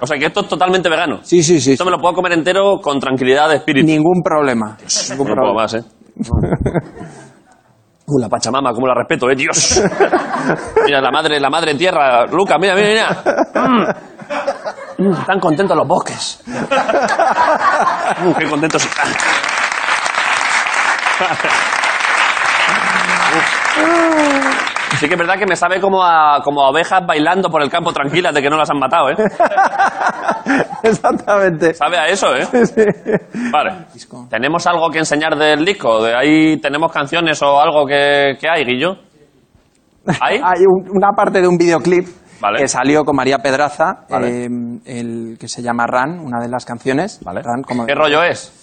[SPEAKER 1] O sea, que esto es totalmente vegano.
[SPEAKER 8] Sí, sí, sí.
[SPEAKER 1] Esto me lo puedo comer entero con tranquilidad de espíritu.
[SPEAKER 8] Ningún problema. Ningún
[SPEAKER 1] No puedo
[SPEAKER 8] problema.
[SPEAKER 1] más, ¿eh? Uh, la Pachamama, cómo la respeto, ¿eh? Dios. Mira, la madre, la madre tierra. Luca, mira, mira, mira. Mm. Mm, Están contentos los bosques. Mm, qué contentos están. Uf. Sí que es verdad que me sabe como a, como a ovejas bailando por el campo tranquilas de que no las han matado, ¿eh?
[SPEAKER 8] Exactamente.
[SPEAKER 1] Sabe a eso, ¿eh? Vale.
[SPEAKER 8] Disco.
[SPEAKER 1] ¿Tenemos algo que enseñar del disco? ¿De ahí tenemos canciones o algo que, que hay, Guillo? ¿Hay?
[SPEAKER 8] Hay un- una parte de un videoclip
[SPEAKER 1] Vale.
[SPEAKER 8] que salió con María Pedraza,
[SPEAKER 1] Vale.
[SPEAKER 8] eh, el que se llama Run, una de las canciones.
[SPEAKER 1] Vale.
[SPEAKER 8] Run, como-
[SPEAKER 1] ¿Qué rollo es?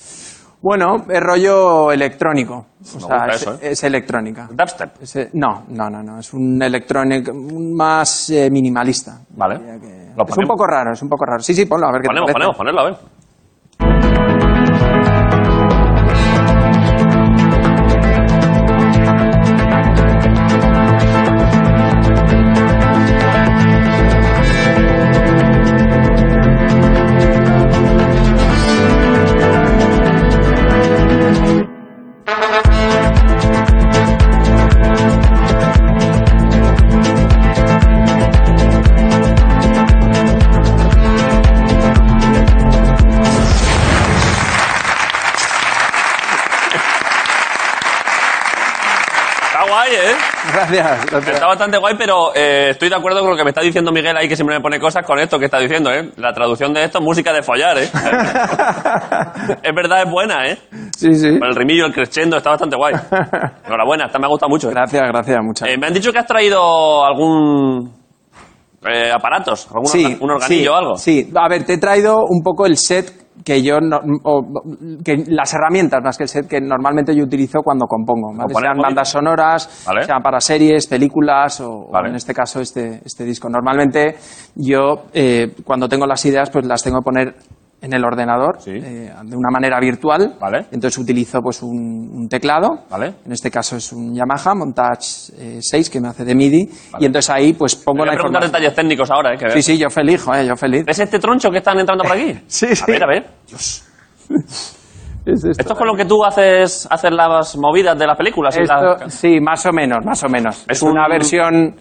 [SPEAKER 8] Bueno, es rollo electrónico. O
[SPEAKER 1] Me
[SPEAKER 8] sea,
[SPEAKER 1] gusta
[SPEAKER 8] es,
[SPEAKER 1] eso, ¿eh?
[SPEAKER 8] es electrónica.
[SPEAKER 1] Dubstep.
[SPEAKER 8] Es, eh, no, no, no, no. Es un electrónico más eh, minimalista.
[SPEAKER 1] Vale.
[SPEAKER 8] Diría que-
[SPEAKER 1] Lo
[SPEAKER 8] Es un
[SPEAKER 1] ponemos.
[SPEAKER 8] poco raro, es un poco raro. Sí, sí, ponlo, a ver qué
[SPEAKER 1] Ponemos,
[SPEAKER 8] te parece.
[SPEAKER 1] ponemos, ponedlo, a ver. Está guay, ¿eh?
[SPEAKER 8] Gracias. gracias.
[SPEAKER 1] Está bastante guay, pero eh, estoy de acuerdo con lo que me está diciendo Miguel ahí, que siempre me pone cosas con esto que está diciendo, ¿eh? La traducción de esto es música de follar, ¿eh? es verdad, es buena, ¿eh?
[SPEAKER 8] Sí, sí.
[SPEAKER 1] Con el rimillo, el crescendo, está bastante guay. Enhorabuena, esta me ha gustado mucho. ¿eh?
[SPEAKER 8] Gracias, gracias, muchas
[SPEAKER 1] Eh, me han dicho que has traído algún eh, aparatos, algún orga- un organillo
[SPEAKER 8] sí,
[SPEAKER 1] o algo.
[SPEAKER 8] Sí, a ver, te he traído un poco el set que yo, no- o- que las herramientas más que el set que normalmente yo utilizo cuando compongo, ¿vale?
[SPEAKER 1] Componer
[SPEAKER 8] sean
[SPEAKER 1] móvil.
[SPEAKER 8] bandas sonoras,
[SPEAKER 1] Vale.
[SPEAKER 8] sean para series, películas o, o
[SPEAKER 1] Vale.
[SPEAKER 8] en este caso este, este disco. Normalmente yo eh, cuando tengo las ideas pues las tengo que poner en el ordenador
[SPEAKER 1] Sí.
[SPEAKER 8] eh, de una manera virtual,
[SPEAKER 1] Vale.
[SPEAKER 8] entonces utilizo pues un, un teclado,
[SPEAKER 1] Vale.
[SPEAKER 8] en este caso es un Yamaha Montage eh, 6 que me hace de MIDI y entonces ahí pues
[SPEAKER 1] Te
[SPEAKER 8] pongo
[SPEAKER 1] voy
[SPEAKER 8] la
[SPEAKER 1] a preguntar
[SPEAKER 8] información.
[SPEAKER 1] detalles técnicos ahora, ¿eh? que-
[SPEAKER 8] Sí, sí, yo feliz, joder, yo feliz.
[SPEAKER 1] ¿Ves este troncho que están entrando por aquí?
[SPEAKER 8] Sí, sí.
[SPEAKER 1] A ver, a ver.
[SPEAKER 8] Es esto.
[SPEAKER 1] Esto es con lo que tú haces, haces las movidas de las películas. y
[SPEAKER 8] Esto-
[SPEAKER 1] las-
[SPEAKER 8] sí, más o menos, más o menos.
[SPEAKER 1] Es
[SPEAKER 8] Es una
[SPEAKER 1] un-
[SPEAKER 8] versión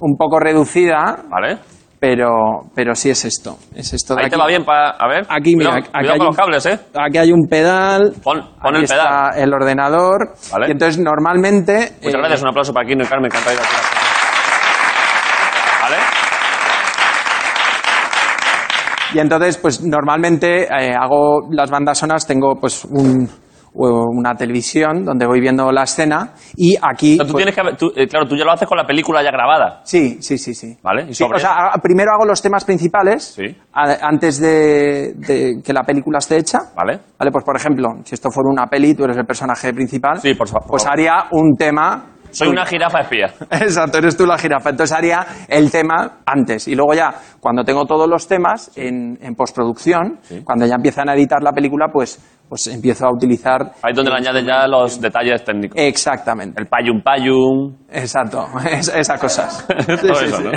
[SPEAKER 8] un poco reducida,
[SPEAKER 1] Vale.
[SPEAKER 8] pero, pero sí es esto. Es esto de
[SPEAKER 1] Ahí
[SPEAKER 8] aquí.
[SPEAKER 1] te va bien para... A ver.
[SPEAKER 8] Aquí, mira,
[SPEAKER 1] Cuidado,
[SPEAKER 8] aquí
[SPEAKER 1] cuidado
[SPEAKER 8] hay
[SPEAKER 1] con
[SPEAKER 8] un-
[SPEAKER 1] los cables, ¿eh?
[SPEAKER 8] Aquí hay un pedal.
[SPEAKER 1] Pon- pon
[SPEAKER 8] aquí
[SPEAKER 1] el pedal.
[SPEAKER 8] Está el ordenador.
[SPEAKER 1] Vale.
[SPEAKER 8] Y entonces normalmente.
[SPEAKER 1] Muchas
[SPEAKER 8] eh,
[SPEAKER 1] gracias, un aplauso para Kino y Carmen, que han traído aquí las cosas. ¿Vale?
[SPEAKER 8] Y entonces, pues normalmente eh, hago las bandas sonoras, tengo pues un- o una televisión donde voy viendo la escena y aquí.
[SPEAKER 1] O sea, tú
[SPEAKER 8] pues,
[SPEAKER 1] tienes que... haber- tú- eh, claro, tú ya lo haces con la película ya grabada.
[SPEAKER 8] Sí, sí, sí, sí.
[SPEAKER 1] Vale, ¿y
[SPEAKER 8] Sí,
[SPEAKER 1] sobre
[SPEAKER 8] o sea, a- primero hago los temas principales
[SPEAKER 1] Sí.
[SPEAKER 8] a- antes de, de que la película esté hecha.
[SPEAKER 1] Vale.
[SPEAKER 8] Vale, pues por ejemplo, si esto fuera una peli, tú eres el personaje principal.
[SPEAKER 1] Sí, por fa- por
[SPEAKER 8] Pues
[SPEAKER 1] favor.
[SPEAKER 8] haría un tema.
[SPEAKER 1] Soy una jirafa espía.
[SPEAKER 8] Exacto, eres tú la jirafa. Entonces haría el tema antes. Y luego ya, cuando tengo todos los temas en, en postproducción, cuando ya empiezan a editar la película, pues, pues empiezo a utilizar.
[SPEAKER 1] Ahí es donde le añades ya los detalles técnicos.
[SPEAKER 8] Exactamente.
[SPEAKER 1] El payum payum.
[SPEAKER 8] Exacto. es- esas cosas.
[SPEAKER 1] Todo eso, ¿no?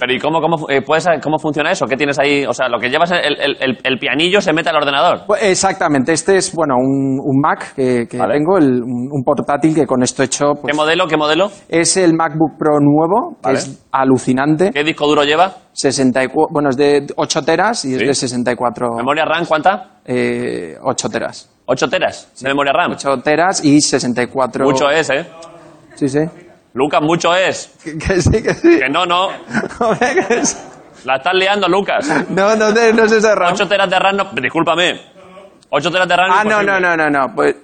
[SPEAKER 1] Pero ¿y cómo, cómo, fu- eh, puedes saber cómo funciona eso? ¿Qué tienes ahí? O sea, lo que llevas, el, el- el- el pianillo se mete al ordenador.
[SPEAKER 8] Pues, Exactamente, este es bueno un, un Mac que, que
[SPEAKER 1] Vale.
[SPEAKER 8] tengo, el- un, un portátil que con esto he hecho.
[SPEAKER 1] ¿Qué
[SPEAKER 8] pues,
[SPEAKER 1] modelo? ¿Qué modelo?
[SPEAKER 8] es el MacBook Pro nuevo, que
[SPEAKER 1] Vale.
[SPEAKER 8] es alucinante.
[SPEAKER 1] ¿Qué disco duro lleva?
[SPEAKER 8] 64, bueno, es de 8 teras y es
[SPEAKER 1] Sí.
[SPEAKER 8] de 64
[SPEAKER 1] ¿Memoria RAM cuánta?
[SPEAKER 8] eh, 8 teras.
[SPEAKER 1] 8 teras de memoria RAM.
[SPEAKER 8] 8 teras y 64.
[SPEAKER 1] Mucho es, ¿eh?
[SPEAKER 8] Sí, sí.
[SPEAKER 1] Lucas, mucho es.
[SPEAKER 8] Que, que sí, que sí.
[SPEAKER 1] Que no, no.
[SPEAKER 8] Joder, que sí.
[SPEAKER 1] La estás liando, Lucas.
[SPEAKER 8] No, no, no, no es eso de RAM.
[SPEAKER 1] Ocho teras de RAM no... Discúlpame. Ocho teras de RAM
[SPEAKER 8] Ah, no,
[SPEAKER 1] imposible.
[SPEAKER 8] no, no, no, no. Pues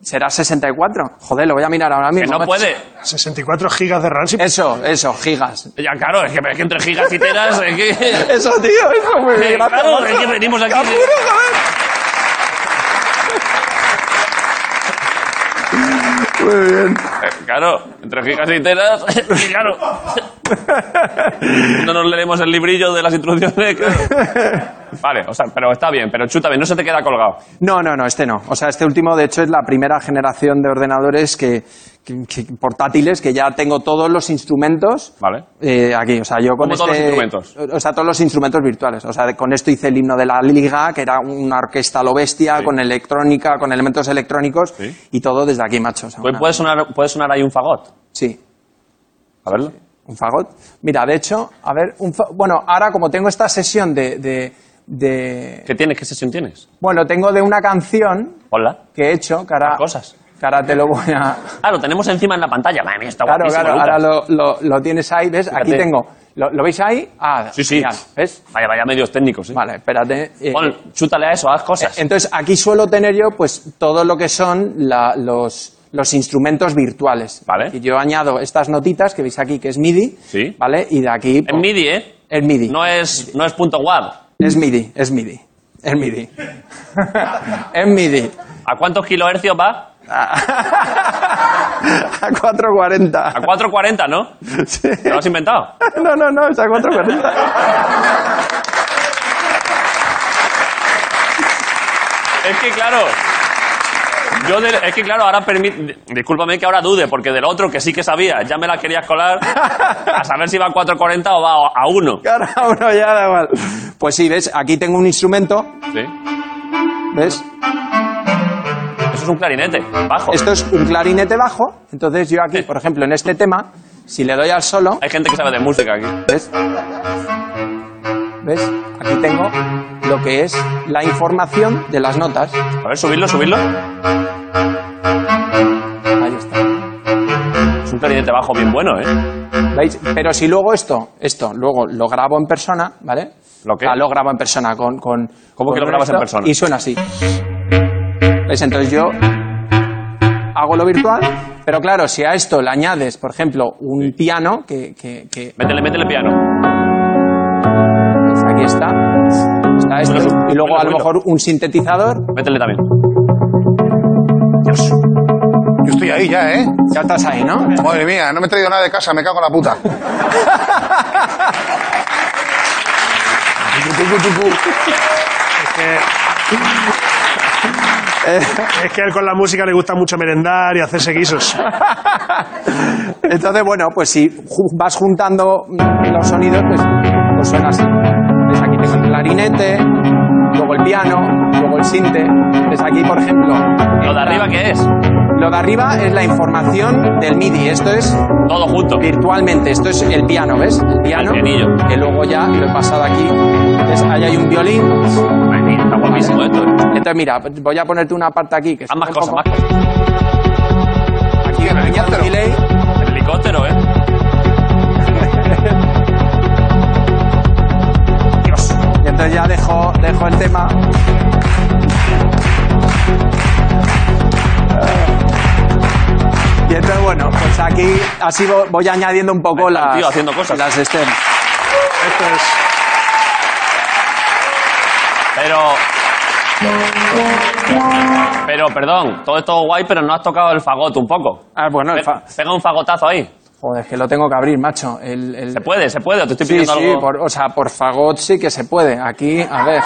[SPEAKER 8] será 64. Joder, lo voy a mirar ahora
[SPEAKER 1] Que
[SPEAKER 8] mismo.
[SPEAKER 1] no
[SPEAKER 8] macho.
[SPEAKER 1] puede.
[SPEAKER 4] 64 gigas de RAM. sí.
[SPEAKER 8] Eso, eso, gigas.
[SPEAKER 1] Ya, claro, es que, es que entre gigas y teras... Es que...
[SPEAKER 8] Eso, tío, eso muy
[SPEAKER 1] Sí,
[SPEAKER 8] bien, gracias,
[SPEAKER 1] claro,
[SPEAKER 8] macho.
[SPEAKER 1] es que venimos aquí.
[SPEAKER 8] Te apuro, joder.
[SPEAKER 1] Eh, Claro, entre gigas y teras... y claro. No nos leemos el librillo de las instrucciones. claro. Vale, o sea, pero está bien, pero chuta bien, no se te queda colgado.
[SPEAKER 8] No, no, no, este no. O sea, este último, de hecho, es la primera generación de ordenadores que, que- que- portátiles que ya tengo todos los instrumentos.
[SPEAKER 1] Vale.
[SPEAKER 8] eh, aquí, o sea, yo con
[SPEAKER 1] ¿Cómo todos los
[SPEAKER 8] este-
[SPEAKER 1] instrumentos?
[SPEAKER 8] O sea, todos los instrumentos virtuales. O sea, con esto hice el himno de la liga, que era una orquesta a lo bestia, con electrónica, con elementos electrónicos,
[SPEAKER 1] Sí.
[SPEAKER 8] y todo desde aquí, macho. O sea,
[SPEAKER 1] Pues
[SPEAKER 8] una-
[SPEAKER 1] puede sonar, puede sonar ahí un fagot.
[SPEAKER 8] Sí.
[SPEAKER 1] A verlo.
[SPEAKER 8] ¿Un fagot? Mira, de hecho, a ver, un fa- bueno, ahora como tengo esta sesión de, de- de-
[SPEAKER 1] ¿Qué tienes? ¿Qué sesión tienes?
[SPEAKER 8] Bueno, tengo de una canción
[SPEAKER 1] Hola.
[SPEAKER 8] que he hecho, que ahora...
[SPEAKER 1] Más cosas.
[SPEAKER 8] que ahora te lo voy a...
[SPEAKER 1] Ah, lo tenemos encima en la pantalla. Madre mía, está
[SPEAKER 8] Claro,
[SPEAKER 1] guapísimo,
[SPEAKER 8] claro,
[SPEAKER 1] Lucas.
[SPEAKER 8] ahora lo, lo- lo tienes ahí, ¿ves? Aquí
[SPEAKER 1] Fíjate.
[SPEAKER 8] tengo... ¿Lo, lo veis ahí? Ah,
[SPEAKER 1] Sí, sí.
[SPEAKER 8] genial, ¿Ves?
[SPEAKER 1] Vaya, vaya medios técnicos, ¿eh?
[SPEAKER 8] Vale, espérate. eh,
[SPEAKER 1] Pon, chútale a eso, haz cosas.
[SPEAKER 8] Entonces, aquí suelo tener yo, pues, todo lo que son la- los, los instrumentos virtuales.
[SPEAKER 1] Vale.
[SPEAKER 8] Y yo añado estas notitas que veis aquí, que es MIDI.
[SPEAKER 1] Sí.
[SPEAKER 8] ¿Vale? Y de aquí...
[SPEAKER 1] en MIDI, ¿eh?
[SPEAKER 8] Es MIDI.
[SPEAKER 1] No es, no es punto web.
[SPEAKER 8] Es MIDI, es MIDI. Es MIDI. es MIDI.
[SPEAKER 1] ¿A cuántos kilohercios va?
[SPEAKER 8] A
[SPEAKER 1] A
[SPEAKER 8] 4.40.
[SPEAKER 1] 440, ¿no?
[SPEAKER 8] Sí.
[SPEAKER 1] ¿Te lo has inventado?
[SPEAKER 8] No, no, no, es a 4.40.
[SPEAKER 1] Es que, claro... Yo del- es que, claro, ahora permite... Discúlpame que ahora dude, porque del otro que sí que sabía, ya me la querías colar, a saber si va a 440 o va a 1.
[SPEAKER 8] Ahora uno ya da igual. Pues sí, ¿ves? Aquí tengo un instrumento,
[SPEAKER 1] ¿Sí?
[SPEAKER 8] ¿ves?
[SPEAKER 1] Eso es un clarinete, bajo. ¿eh?
[SPEAKER 8] Esto es un clarinete bajo. Entonces yo aquí, por ejemplo, en este tema, si le doy al solo,
[SPEAKER 1] Hay gente que sabe de música aquí.
[SPEAKER 8] ¿ves? ¿Ves? Aquí tengo lo que es la información de las notas.
[SPEAKER 1] A ver, subirlo, subirlo.
[SPEAKER 8] Ahí está.
[SPEAKER 1] Es un clarinete bajo bien bueno, ¿eh?
[SPEAKER 8] ¿Veis? Pero si luego esto, esto, luego lo grabo en persona, ¿vale?
[SPEAKER 1] ¿Lo qué?
[SPEAKER 8] Ah, lo grabo en persona con... con
[SPEAKER 1] ¿Cómo
[SPEAKER 8] con
[SPEAKER 1] que lo grabas en
[SPEAKER 8] esto,
[SPEAKER 1] persona?
[SPEAKER 8] Y suena así. ¿Veis? Entonces yo hago lo virtual, pero claro, si a esto le añades, por ejemplo, un piano que... que, que-
[SPEAKER 1] Métele, métele piano.
[SPEAKER 8] pues aquí está. Está esto.
[SPEAKER 1] Bueno,
[SPEAKER 8] Y luego
[SPEAKER 1] bueno,
[SPEAKER 8] a lo
[SPEAKER 1] bueno.
[SPEAKER 8] mejor un sintetizador.
[SPEAKER 1] Métele también.
[SPEAKER 3] Yo estoy ahí ya, ¿eh?
[SPEAKER 8] Ya estás ahí, ¿no?
[SPEAKER 3] Madre mía, no me he traído nada de casa, me cago en la puta.
[SPEAKER 4] Es que a él con la música le gusta mucho merendar y hacerse guisos.
[SPEAKER 8] Entonces, bueno, pues si ju- vas juntando mm, los sonidos, pues, pues suena así. Entonces aquí tengo el clarinete, luego el piano, luego el sinte. Entonces aquí, por ejemplo...
[SPEAKER 1] ¿Lo de arriba qué es?
[SPEAKER 8] Lo de arriba es la información del MIDI. Esto es
[SPEAKER 1] Todo junto.
[SPEAKER 8] virtualmente. Esto es el piano, ¿ves? El piano.
[SPEAKER 1] El pianillo.
[SPEAKER 8] que luego ya lo he pasado aquí. Entonces ahí hay un violín.
[SPEAKER 1] Madre mía, Está guapísimo esto. ¿eh?
[SPEAKER 8] Entonces mira, voy a ponerte una parte aquí. Que
[SPEAKER 1] Haz más
[SPEAKER 8] un
[SPEAKER 1] cosas,
[SPEAKER 8] poco-
[SPEAKER 1] más cosas.
[SPEAKER 8] Aquí que me venía un delay.
[SPEAKER 1] El helicóptero, ¿eh?
[SPEAKER 8] Y entonces ya dejo, dejo el tema. Y entonces, bueno, pues aquí así vo- voy añadiendo un
[SPEAKER 1] Ahí
[SPEAKER 8] poco
[SPEAKER 1] está el
[SPEAKER 8] las,
[SPEAKER 1] tío haciendo cosas.
[SPEAKER 8] las stems.
[SPEAKER 4] Esto es.
[SPEAKER 1] Pero... Pero, perdón, todo esto guay, pero no has tocado el fagot un poco.
[SPEAKER 8] Ah, bueno, el fa-
[SPEAKER 1] Pe- Pega un fagotazo ahí.
[SPEAKER 8] Joder, que lo tengo que abrir, macho. El, el-
[SPEAKER 1] ¿Se puede? ¿Se puede? ¿O te estoy
[SPEAKER 8] Sí,
[SPEAKER 1] pidiendo
[SPEAKER 8] sí,
[SPEAKER 1] algo?
[SPEAKER 8] por- o sea, por fagot sí que se puede. Aquí, a ver,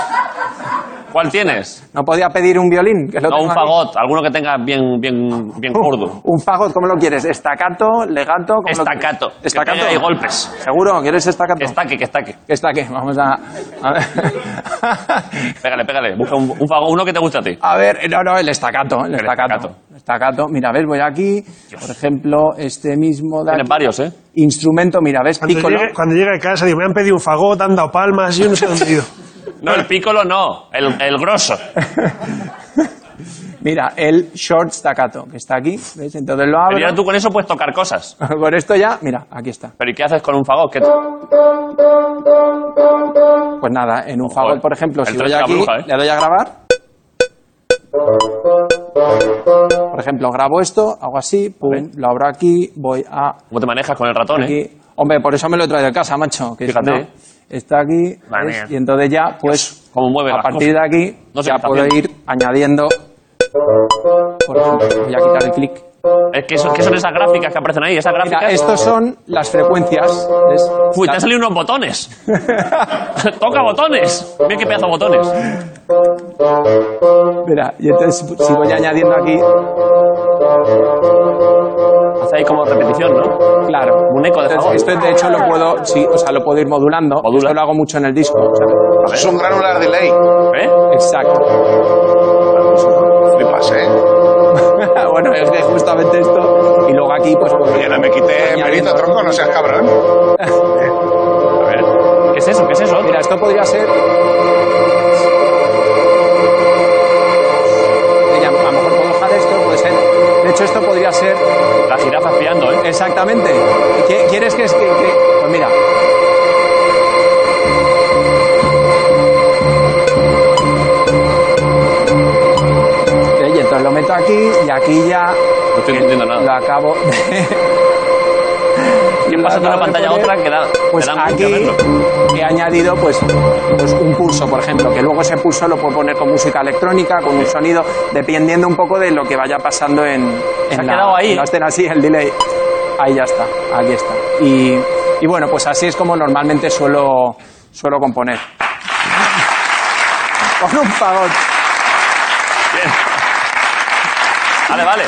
[SPEAKER 1] ¿Cuál tienes?
[SPEAKER 8] no podía pedir un violín. Que lo
[SPEAKER 1] No,
[SPEAKER 8] tengo
[SPEAKER 1] un
[SPEAKER 8] aquí.
[SPEAKER 1] fagot. Alguno que tenga bien, bien, bien gordo.
[SPEAKER 8] Un fagot, ¿cómo lo quieres? ¿Estacato? ¿Legato? ¿Cómo lo quieres?
[SPEAKER 1] Estacato. Que
[SPEAKER 8] ¿Estacato?
[SPEAKER 1] pegue ahí golpes.
[SPEAKER 8] ¿Seguro? ¿Quieres estacato?
[SPEAKER 1] Que estaque, que estaque.
[SPEAKER 8] Que está aquí, vamos a... A ver.
[SPEAKER 1] Pégale, pégale. Busca un, un fagot, uno que te guste a ti.
[SPEAKER 8] A ver, no, no, el estacato, el
[SPEAKER 1] estacato.
[SPEAKER 8] estacato. El estacato. Mira, ves, voy aquí, por ejemplo, este mismo de
[SPEAKER 1] Tienes
[SPEAKER 8] aquí.
[SPEAKER 1] varios, ¿eh?
[SPEAKER 8] Instrumento, mira, ves,
[SPEAKER 4] Cuando
[SPEAKER 8] piccolo.
[SPEAKER 4] llegue, cuando llegue a casa, digo, me han pedido un fagot, han dado palmas, yo no sé dónde he ido.
[SPEAKER 1] No, el pícolo no. El, el grosso.
[SPEAKER 8] Mira, el short staccato, que está aquí, ¿ves? Entonces lo
[SPEAKER 1] Pero ya
[SPEAKER 8] abro.
[SPEAKER 1] tú con eso puedes tocar cosas.
[SPEAKER 8] Por esto ya, mira, aquí está.
[SPEAKER 1] Pero ¿y qué haces con un fagot? ¿Qué t-
[SPEAKER 8] Pues nada, en un
[SPEAKER 1] Ojo,
[SPEAKER 8] fagot, por ejemplo,
[SPEAKER 1] el
[SPEAKER 8] si
[SPEAKER 1] tren
[SPEAKER 8] doy
[SPEAKER 1] de la
[SPEAKER 8] aquí,
[SPEAKER 1] bruja, ¿eh?
[SPEAKER 8] le doy a grabar. Por ejemplo, grabo esto, hago así, pum, lo abro aquí, voy a
[SPEAKER 1] ¿Cómo te manejas con el ratón, eh?
[SPEAKER 8] aquí. Hombre, por eso me lo he traído de casa, macho. Que si
[SPEAKER 1] Fíjate.
[SPEAKER 8] no, está aquí,
[SPEAKER 1] Madre
[SPEAKER 8] ¿ves?
[SPEAKER 1] mía.
[SPEAKER 8] y entonces ya, pues,
[SPEAKER 1] cómo mueve
[SPEAKER 8] a
[SPEAKER 1] las
[SPEAKER 8] partir
[SPEAKER 1] cosas.
[SPEAKER 8] de aquí,
[SPEAKER 1] No sé
[SPEAKER 8] ya
[SPEAKER 1] qué está
[SPEAKER 8] puedo
[SPEAKER 1] haciendo.
[SPEAKER 8] ir añadiendo. Por ejemplo, voy a quitar el clic.
[SPEAKER 1] Es que, eso- ¿Qué son esas gráficas que aparecen ahí? Esas
[SPEAKER 8] Mira,
[SPEAKER 1] gráficas...
[SPEAKER 8] estos son las frecuencias. ¿ves?
[SPEAKER 1] Uy, te han salido unos botones. Toca botones. Mira qué pedazo de botones.
[SPEAKER 8] Mira, y entonces si voy añadiendo aquí,
[SPEAKER 1] Hace ahí como repetición, ¿no?
[SPEAKER 8] claro.
[SPEAKER 1] Un eco de
[SPEAKER 8] Entonces,
[SPEAKER 1] fagot.
[SPEAKER 8] esto de hecho lo puedo, sí, o sea, lo puedo ir modulando.
[SPEAKER 1] Modula.
[SPEAKER 8] Esto lo hago mucho en el disco. o sea,
[SPEAKER 3] Es un granular delay.
[SPEAKER 1] ¿Eh?
[SPEAKER 8] exacto.
[SPEAKER 3] Flipas, ¿eh?
[SPEAKER 8] bueno, es que justamente esto. Y luego aquí, pues. pues
[SPEAKER 3] Oye, no me quite
[SPEAKER 8] añadiendo-
[SPEAKER 3] mérito, tronco, no seas cabrón.
[SPEAKER 1] A ver. ¿Qué es eso? ¿Qué es eso?
[SPEAKER 8] Mira, esto podría ser. Ya, a lo mejor puedo bajar esto, puede ser. De hecho, esto podría ser.
[SPEAKER 1] La jirafa espiando, ¿eh?
[SPEAKER 8] Exactamente. ¿Qui- ¿Quieres que es que.? que- Pues mira. Y entonces lo meto aquí y aquí ya
[SPEAKER 1] No estoy entendiendo
[SPEAKER 8] lo
[SPEAKER 1] nada.
[SPEAKER 8] acabo de.
[SPEAKER 1] ¿Quién pasa de una
[SPEAKER 8] acabo de
[SPEAKER 1] pantalla a
[SPEAKER 8] poner.
[SPEAKER 1] otra que da, que
[SPEAKER 8] Pues
[SPEAKER 1] da mucho
[SPEAKER 8] aquí
[SPEAKER 1] verlo?
[SPEAKER 8] he añadido pues, pues un pulso, por ejemplo, que luego ese pulso lo puedo poner con música electrónica, con un sonido, dependiendo un poco de lo que vaya pasando en,
[SPEAKER 1] Se
[SPEAKER 8] en
[SPEAKER 1] ha
[SPEAKER 8] la,
[SPEAKER 1] quedado ahí.
[SPEAKER 8] en la escena. Sí, el delay. Ahí ya está, ahí está. Y, y bueno, pues así es como normalmente suelo, suelo componer. Con un fagot.
[SPEAKER 1] Vale, vale.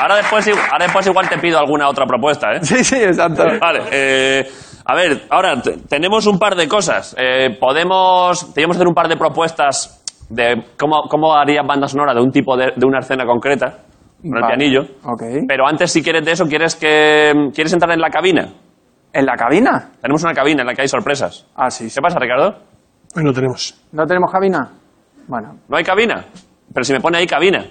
[SPEAKER 1] Ahora después, i- ahora después igual te pido alguna otra propuesta, ¿eh?
[SPEAKER 8] Sí, sí, exacto.
[SPEAKER 1] Vale, eh, a ver, ahora te- tenemos un par de cosas. Eh, podemos, teníamos que hacer un par de propuestas de cómo, cómo harías banda sonora de un tipo de, de una escena concreta, con el
[SPEAKER 8] Vale,
[SPEAKER 1] pianillo.
[SPEAKER 8] ok.
[SPEAKER 1] Pero antes, si quieres de eso, ¿quieres, que, ¿quieres entrar en la cabina?
[SPEAKER 8] ¿En la cabina?
[SPEAKER 1] Tenemos una cabina en la que hay sorpresas.
[SPEAKER 8] Ah, sí, sí.
[SPEAKER 1] ¿Qué pasa, Ricardo?
[SPEAKER 4] Hoy no tenemos.
[SPEAKER 8] ¿No tenemos cabina? Bueno,
[SPEAKER 1] ¿No hay cabina? Pero si me pone ahí cabina.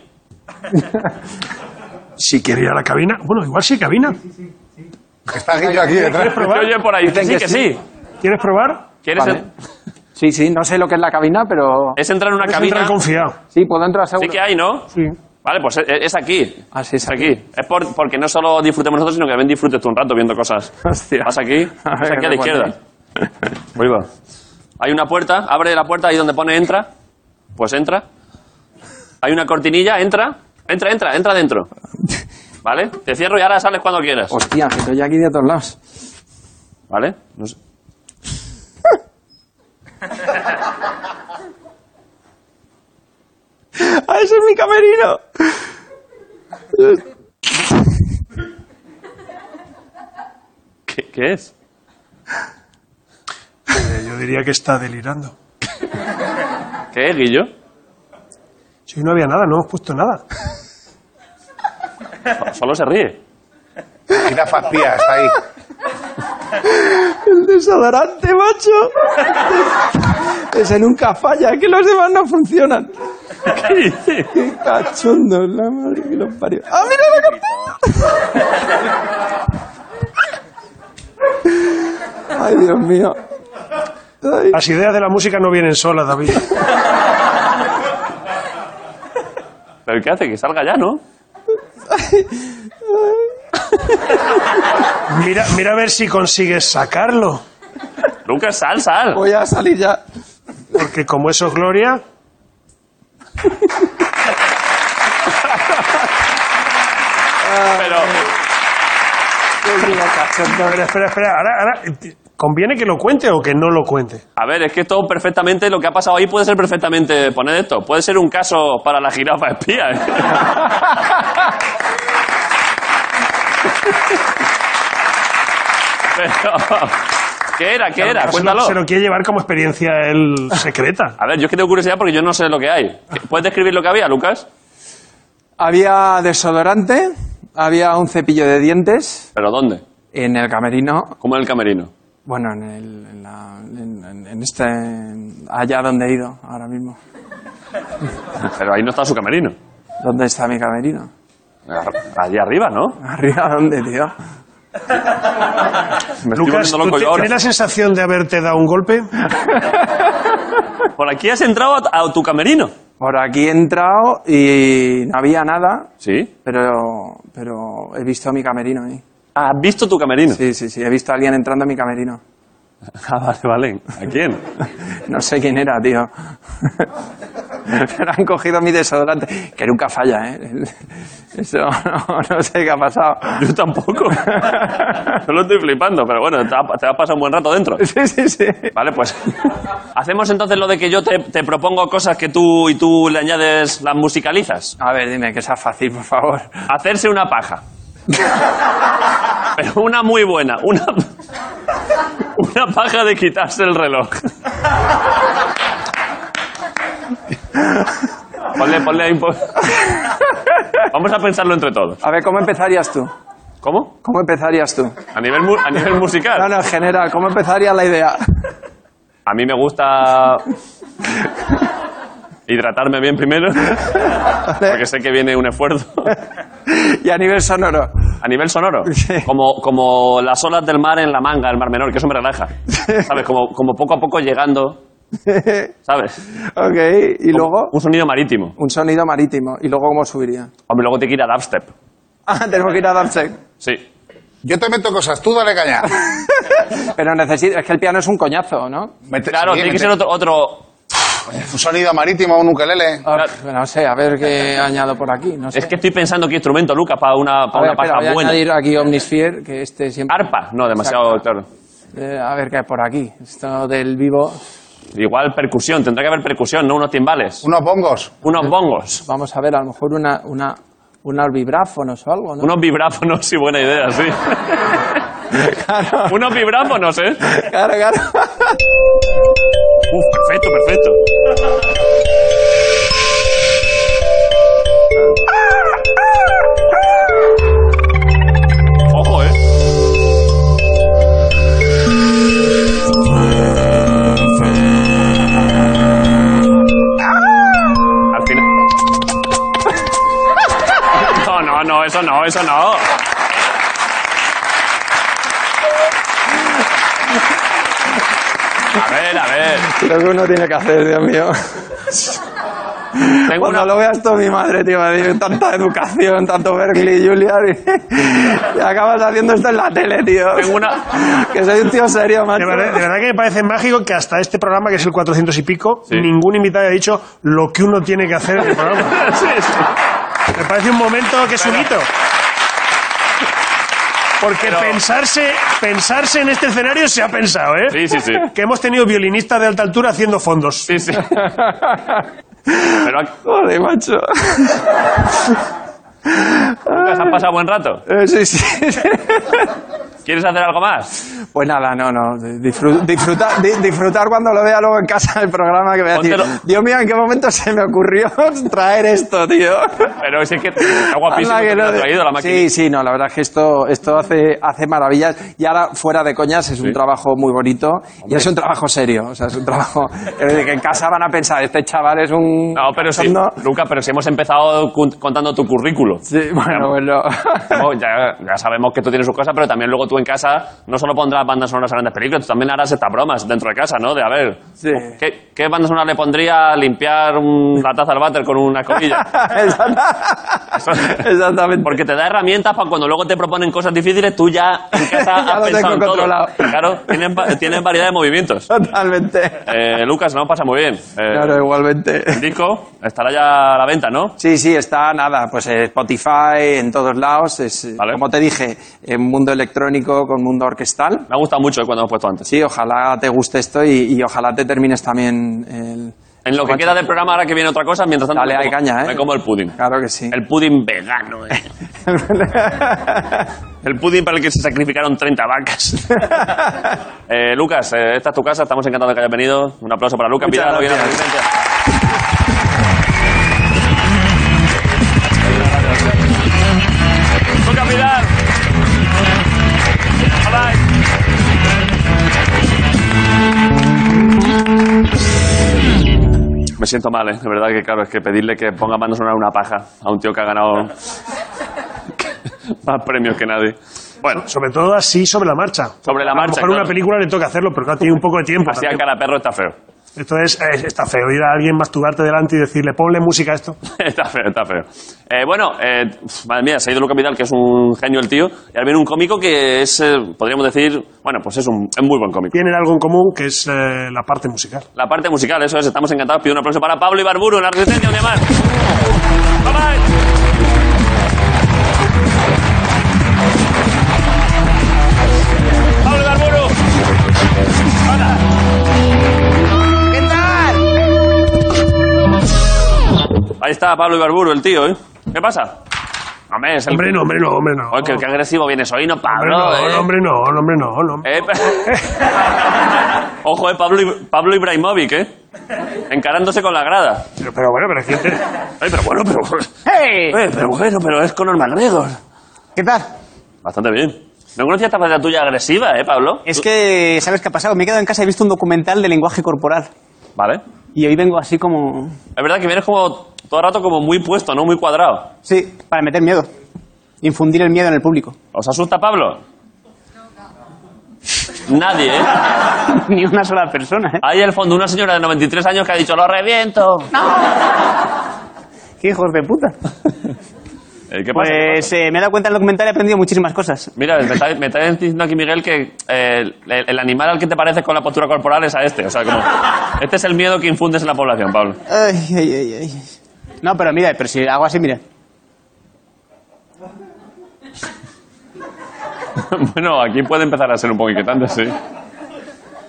[SPEAKER 4] Si quiere ir a la cabina. Bueno, igual sí, cabina.
[SPEAKER 3] Está Guillo aquí detrás.
[SPEAKER 1] Te oye por ahí. Que
[SPEAKER 8] Dicen
[SPEAKER 1] sí,
[SPEAKER 8] que
[SPEAKER 1] que sí.
[SPEAKER 4] ¿Quieres probar?
[SPEAKER 1] ¿Quieres
[SPEAKER 8] Vale.
[SPEAKER 1] en-
[SPEAKER 8] Sí, sí, no sé lo que es la cabina, pero.
[SPEAKER 1] es entrar en una
[SPEAKER 4] Puedes entrar
[SPEAKER 1] cabina?
[SPEAKER 4] confiado.
[SPEAKER 8] Sí, puedo entrar seguro.
[SPEAKER 1] Sí que hay, ¿no?
[SPEAKER 4] Sí.
[SPEAKER 1] Vale, pues es, es aquí.
[SPEAKER 8] Ah, sí,
[SPEAKER 1] Es aquí. Es por- porque no solo disfrutemos nosotros, sino que también disfrutes tú un rato viendo cosas.
[SPEAKER 8] Hostia.
[SPEAKER 1] Vas aquí,
[SPEAKER 8] A
[SPEAKER 1] vas
[SPEAKER 8] ver,
[SPEAKER 1] aquí a la
[SPEAKER 8] no puedo
[SPEAKER 1] izquierda. Ahí va. Hay una puerta, abre la puerta ahí donde pone entra. Pues entra. Hay una cortinilla, entra. Entra, entra, entra dentro. ¿Vale? Te cierro y ahora sales cuando quieras.
[SPEAKER 8] Hostia, que estoy aquí de todos lados.
[SPEAKER 1] ¿Vale? No sé.
[SPEAKER 8] ¡Ah, ese es mi camerino!
[SPEAKER 1] ¿Qué, qué es?
[SPEAKER 4] Eh, yo diría que está delirando.
[SPEAKER 1] ¿Qué es, Guillo?
[SPEAKER 4] Si hoy no había nada, no hemos puesto nada.
[SPEAKER 1] So- Solo se ríe.
[SPEAKER 3] Jirafa espía, está ahí.
[SPEAKER 8] ¡El desodorante, macho! Ese nunca falla, es que los demás no funcionan.
[SPEAKER 1] ¿Qué dice?
[SPEAKER 8] ¡Qué cachondo! La madre que los parió. ¡Ah, mira la cartera! ¡Ay, Dios mío! Ay.
[SPEAKER 4] Las ideas de la música no vienen solas, David.
[SPEAKER 1] ¿Pero qué hace? Que salga ya, ¿no?
[SPEAKER 4] Mira, mira a ver si consigues sacarlo.
[SPEAKER 1] Lucas, sal, sal.
[SPEAKER 8] Voy a salir ya.
[SPEAKER 4] Porque como eso es gloria.
[SPEAKER 1] Pero,
[SPEAKER 4] Espera, espera, espera. Ahora, ahora, ¿Conviene que lo cuente o que no lo cuente?
[SPEAKER 1] a ver, es que todo perfectamente, lo que ha pasado ahí puede ser perfectamente, poned esto, puede ser un caso para la jirafa espía. ¿eh? Pero, ¿qué era? ¿Qué era?
[SPEAKER 4] Ahora se lo-
[SPEAKER 1] Cuéntalo.
[SPEAKER 4] Se lo quiere llevar como experiencia él secreta.
[SPEAKER 1] A ver, yo es que tengo curiosidad porque yo no sé lo que hay. ¿Puedes describir lo que había, Lucas?
[SPEAKER 8] Había desodorante, había un cepillo de dientes
[SPEAKER 1] ¿Pero dónde?
[SPEAKER 8] en el camerino
[SPEAKER 1] ¿Cómo en el camerino?
[SPEAKER 8] Bueno, en, el, en, la- en- en- en este. allá donde he ido ahora mismo.
[SPEAKER 1] Pero ahí no está su camerino.
[SPEAKER 8] ¿Dónde está mi camerino?
[SPEAKER 1] Allí arriba, ¿no?
[SPEAKER 8] ¿Arriba dónde, tío?
[SPEAKER 1] Me estoy volviendo
[SPEAKER 4] Lucas, ¿tú
[SPEAKER 1] loco
[SPEAKER 4] te-
[SPEAKER 1] yo ahora.
[SPEAKER 4] ¿tienes la sensación de haberte dado un golpe?
[SPEAKER 1] Por aquí has entrado a, a tu camerino.
[SPEAKER 8] Por aquí he entrado y no había nada,
[SPEAKER 1] Sí.
[SPEAKER 8] pero, pero he visto mi camerino ahí.
[SPEAKER 1] ¿Has visto tu camerino?
[SPEAKER 8] Sí, sí, sí, he visto a alguien entrando a mi camerino.
[SPEAKER 1] Ah, vale, vale. ¿A quién?
[SPEAKER 8] No sé quién era, tío. Pero han cogido mi desodorante, que nunca falla, ¿eh? Eso no, no sé qué ha pasado.
[SPEAKER 1] Yo tampoco. No lo estoy flipando, pero bueno, te va, te va a pasar un buen rato dentro.
[SPEAKER 8] Sí, sí, sí.
[SPEAKER 1] Vale, pues hacemos entonces lo de que yo te, te propongo cosas que tú y tú le añades, las musicalizas.
[SPEAKER 8] A ver, dime que sea fácil, por favor.
[SPEAKER 1] Hacerse una paja. Pero una muy buena, una, una paja de quitarse el reloj. Ponle, ponle ahí un po- Vamos a pensarlo entre todos.
[SPEAKER 8] A ver, ¿cómo empezarías tú?
[SPEAKER 1] ¿Cómo?
[SPEAKER 8] ¿Cómo empezarías tú?
[SPEAKER 1] A nivel, mu- a nivel musical.
[SPEAKER 8] No, no, en general, ¿cómo empezaría la idea?
[SPEAKER 1] A mí me gusta hidratarme bien primero, porque sé que viene un esfuerzo.
[SPEAKER 8] Y a nivel sonoro.
[SPEAKER 1] A nivel sonoro,
[SPEAKER 8] Sí.
[SPEAKER 1] como, como las olas del mar en la manga, el mar menor, que eso me relaja. ¿Sabes? Como, como poco a poco llegando, ¿sabes?
[SPEAKER 8] Ok, y luego
[SPEAKER 1] Un sonido marítimo.
[SPEAKER 8] un sonido marítimo. ¿Y luego cómo subiría?
[SPEAKER 1] Hombre, luego te que ir a dubstep.
[SPEAKER 8] Ah, tenemos que ir a Dubstep.
[SPEAKER 1] Sí.
[SPEAKER 3] Yo te meto cosas, tú dale caña.
[SPEAKER 8] Pero necesito... Es que el piano es un coñazo, ¿no?
[SPEAKER 3] Mete-
[SPEAKER 1] Claro,
[SPEAKER 3] sí,
[SPEAKER 1] tiene que
[SPEAKER 3] mete-
[SPEAKER 1] ser otro. otro-
[SPEAKER 3] un sonido marítimo, un ukelele.
[SPEAKER 8] Ah, no sé, a ver qué añado por aquí. No sé.
[SPEAKER 1] Es que estoy pensando qué instrumento, Lucas, para una,
[SPEAKER 8] A
[SPEAKER 1] para una
[SPEAKER 8] ver, espera,
[SPEAKER 1] paja
[SPEAKER 8] voy a
[SPEAKER 1] buena.
[SPEAKER 8] añadir aquí Omnisphere, que este siempre...
[SPEAKER 1] Arpa, no, demasiado, claro.
[SPEAKER 8] Eh, a ver qué hay por aquí. Esto del vivo...
[SPEAKER 1] Igual percusión, tendrá que haber percusión, no unos timbales,
[SPEAKER 3] Unos bongos.
[SPEAKER 1] unos bongos.
[SPEAKER 8] Vamos a ver, a lo mejor una... una unos vibráfonos o algo, ¿no?
[SPEAKER 1] Unos vibráfonos, sí, buena idea, sí.
[SPEAKER 8] Claro,
[SPEAKER 1] Unos vibráfonos, ¿eh?
[SPEAKER 8] claro, claro.
[SPEAKER 1] Uf, perfecto, perfecto. Ojo, ¿eh? Al final. No, no, no, eso no, eso no. A ver, a ver.
[SPEAKER 8] Lo que uno tiene que hacer, Dios mío.
[SPEAKER 1] Tengo
[SPEAKER 8] Cuando
[SPEAKER 1] una,
[SPEAKER 8] lo veas todo mi madre, tío, me dice, tanta educación, tanto Berkeley, Juilliard, y, y acabas haciendo esto en la tele, tío.
[SPEAKER 1] tengo una,
[SPEAKER 8] Que soy un tío serio,
[SPEAKER 4] De
[SPEAKER 8] macho.
[SPEAKER 4] verdad, de verdad que me parece mágico que hasta este programa, que es el 400 y pico,
[SPEAKER 1] Sí.
[SPEAKER 4] ningún invitado haya dicho lo que uno tiene que hacer en el programa.
[SPEAKER 1] Sí, sí.
[SPEAKER 4] Me parece un momento que es un hito. Porque
[SPEAKER 1] Pero-
[SPEAKER 4] pensarse, pensarse en este escenario se ha pensado, ¿eh?
[SPEAKER 1] Sí, sí, sí.
[SPEAKER 4] Que hemos tenido violinistas de alta altura haciendo fondos.
[SPEAKER 1] Sí, sí. Pero Lucas,
[SPEAKER 8] Joder, macho.
[SPEAKER 1] has pasado buen rato.
[SPEAKER 8] Eh, sí, sí.
[SPEAKER 1] ¿Quieres hacer algo más?
[SPEAKER 8] Pues nada, no, no. disfru- disfrutar, di- disfrutar cuando lo vea luego en casa el programa que voy a decir.
[SPEAKER 1] Póntelo.
[SPEAKER 8] Dios mío, ¿en qué momento se me ocurrió traer esto, tío?
[SPEAKER 1] Pero si es que está guapísimo
[SPEAKER 8] Anda,
[SPEAKER 1] que
[SPEAKER 8] que
[SPEAKER 1] te
[SPEAKER 8] no
[SPEAKER 1] lo ha
[SPEAKER 8] de-
[SPEAKER 1] traído la máquina.
[SPEAKER 8] Sí, sí, no, la verdad es que esto, esto hace, hace maravillas. Y ahora, fuera de coñas, es un trabajo muy bonito y es un trabajo serio. O sea, es un trabajo es decir, que en casa van a pensar, este chaval es un...
[SPEAKER 1] No, pero sí.
[SPEAKER 8] cachondo".
[SPEAKER 1] Lucas, pero si hemos empezado cun- contando tu currículo.
[SPEAKER 8] Sí, bueno, pues bueno.
[SPEAKER 1] Como Ya, ya sabemos que tú tienes sus cosas, pero también luego tú en casa no solo pondrás bandas sonoras a grandes películas, tú también harás estas bromas dentro de casa, ¿no? De a ver,
[SPEAKER 8] Sí.
[SPEAKER 1] ¿qué, qué banda sonora le pondría a limpiar un- la taza al váter con una escobilla?
[SPEAKER 8] Exacta- Exactamente.
[SPEAKER 1] Porque te da herramientas para cuando luego te proponen cosas difíciles, tú ya en casa
[SPEAKER 8] Ya
[SPEAKER 1] has
[SPEAKER 8] lo
[SPEAKER 1] pensado
[SPEAKER 8] tengo
[SPEAKER 1] en todo.
[SPEAKER 8] controlado.
[SPEAKER 1] Claro, tienen, va- tienen variedad de movimientos.
[SPEAKER 8] Totalmente.
[SPEAKER 1] Eh, Lucas, no pasa muy bien. Eh,
[SPEAKER 8] Claro, igualmente.
[SPEAKER 1] El disco estará ya a la venta, ¿no?
[SPEAKER 8] Sí, sí, está nada, pues eh, Spotify en todos lados, es, eh,
[SPEAKER 1] Vale.
[SPEAKER 8] como te dije, en mundo electrónico con mundo orquestal.
[SPEAKER 1] Me ha gustado mucho eh, cuando hemos puesto antes.
[SPEAKER 8] Sí, ojalá te guste esto y, y ojalá te termines también el...
[SPEAKER 1] En lo que queda del programa, ahora que viene otra cosa, mientras tanto
[SPEAKER 8] Dale,
[SPEAKER 1] me,
[SPEAKER 8] hay
[SPEAKER 1] como,
[SPEAKER 8] caña, ¿eh?
[SPEAKER 1] me como el pudding.
[SPEAKER 8] Claro que sí.
[SPEAKER 1] El pudding vegano, eh. El pudding para el que se sacrificaron 30 vacas. Eh, Lucas, eh, esta es tu casa, estamos encantados de que hayas venido. Un aplauso para Lucas.
[SPEAKER 8] Muchas
[SPEAKER 1] Vidal, hoy en la
[SPEAKER 8] gracias.
[SPEAKER 1] resistencia. Lucas Vidal. Hola. Me siento mal, ¿eh? De verdad que, claro, es que pedirle que ponga manos a una paja a un tío que ha ganado más premios que nadie. Bueno,
[SPEAKER 4] Sobre todo así, sobre la marcha.
[SPEAKER 1] Sobre la
[SPEAKER 4] a
[SPEAKER 1] marcha,
[SPEAKER 4] A lo mejor
[SPEAKER 1] claro.
[SPEAKER 4] una película le toca hacerlo, pero claro, tiene un poco de tiempo.
[SPEAKER 1] así a
[SPEAKER 4] también.
[SPEAKER 1] cara perro está feo.
[SPEAKER 4] Entonces, eh, está feo ir a alguien masturbarte delante y decirle, ponle música a esto.
[SPEAKER 1] está feo, está feo. Eh, bueno, eh, pf, madre mía, se ha ido Luca Vidal, que es un genio el tío, y ahora viene un cómico que es, eh, podríamos decir, bueno, pues es un es muy buen cómico.
[SPEAKER 4] Tienen algo en común, que es eh, la parte musical.
[SPEAKER 1] La parte musical, eso es, estamos encantados. Pido un aplauso para Pablo Ibarburu, en la resistencia, un día más. Bye, bye. Pablo Ibarburu. Hola. Ahí está Pablo Ibarburu, el tío, ¿eh? ¿Qué pasa? Hombre, es el...
[SPEAKER 4] Hombre, no, hombre, no, hombre, no.
[SPEAKER 1] Oye, qué, qué agresivo vienes hoy, ¿no,
[SPEAKER 4] Hombre,
[SPEAKER 1] Pablo? eh?
[SPEAKER 4] no, hombre, no, hombre, no, hombre.
[SPEAKER 1] Eh, pa- Ojo, eh, Pablo, I- Pablo Ibrahimovic, ¿eh? Encarándose con la grada.
[SPEAKER 4] Pero, pero bueno, pero es que te-
[SPEAKER 1] Ay, pero bueno, pero... Eh, pero bueno, pero es Conor McGregor.
[SPEAKER 10] ¿Qué tal?
[SPEAKER 1] Bastante bien. No conocía esta faceta tuya agresiva, ¿eh, Pablo?
[SPEAKER 10] Es que, ¿sabes qué ha pasado? Me he quedado en casa y he visto un documental de lenguaje corporal.
[SPEAKER 1] Vale.
[SPEAKER 10] Y hoy vengo así como...
[SPEAKER 1] Es verdad que vienes como todo el rato como muy puesto, ¿no? Muy cuadrado.
[SPEAKER 10] Sí, para meter miedo. Infundir el miedo en el público.
[SPEAKER 1] ¿Os asusta, Pablo? Nadie, ¿eh?
[SPEAKER 10] Ni una sola persona, ¿eh?
[SPEAKER 1] Ahí al fondo una señora de 93 años que ha dicho, lo reviento.
[SPEAKER 10] ¡Qué hijos de puta!
[SPEAKER 1] Eh, ¿Qué pasa? ¿Qué
[SPEAKER 10] Pues
[SPEAKER 1] pasa?
[SPEAKER 10] eh, me he dado cuenta en el documental y he aprendido muchísimas cosas.
[SPEAKER 1] Mira, me está, me está diciendo aquí Miguel que eh, el, el animal al que te pareces con la postura corporal es a este. O sea, como... Este es el miedo que infundes en la población, Pablo.
[SPEAKER 10] Ay, ay, ay, ay. No, pero mira, pero si hago así, mira.
[SPEAKER 1] bueno, aquí puede empezar a ser un poco inquietante, sí.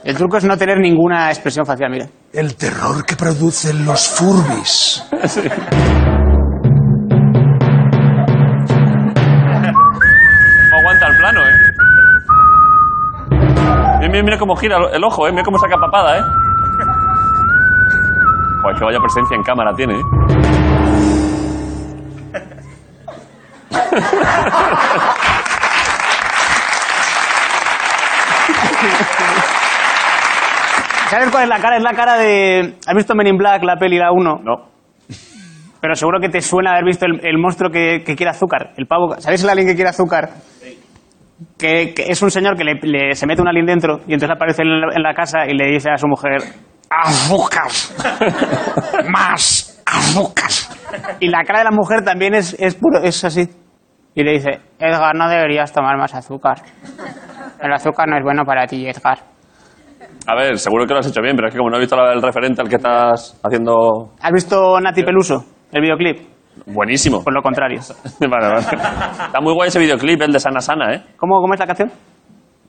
[SPEAKER 10] El truco es no tener ninguna expresión facial, mira.
[SPEAKER 9] El terror que producen los furbis.
[SPEAKER 1] No aguanta el plano, ¿eh? Mira, mira, mira cómo gira el ojo, ¿eh? Mira cómo saca papada, ¿eh? Joder, que vaya presencia en cámara tiene, ¿eh?
[SPEAKER 10] ¿Sabes cuál es la cara? Es la cara de... ¿Has visto Men in Black, la peli, la 1?
[SPEAKER 1] No.
[SPEAKER 10] Pero seguro que te suena haber visto el, el monstruo que, que quiere azúcar. El pavo. ¿Sabéis el alien que quiere azúcar? Que, que es un señor que le, le- se mete un alien dentro y entonces aparece en la, en la casa y le dice a su mujer
[SPEAKER 9] Azúcar. Más azúcar.
[SPEAKER 10] y la cara de la mujer también es es, puro- es así y le dice Edgar no deberías tomar más azúcar el azúcar no es bueno para ti Edgar
[SPEAKER 1] A ver, seguro que lo has hecho bien, pero es que como no he visto la- el referente al que estás haciendo...
[SPEAKER 10] ¿has visto Nati Peluso el videoclip
[SPEAKER 1] Buenísimo.
[SPEAKER 10] por lo contrario
[SPEAKER 1] Vale, vale. Está muy guay ese videoclip, el de Sana Sana, ¿eh?
[SPEAKER 10] ¿cómo, cómo es la canción?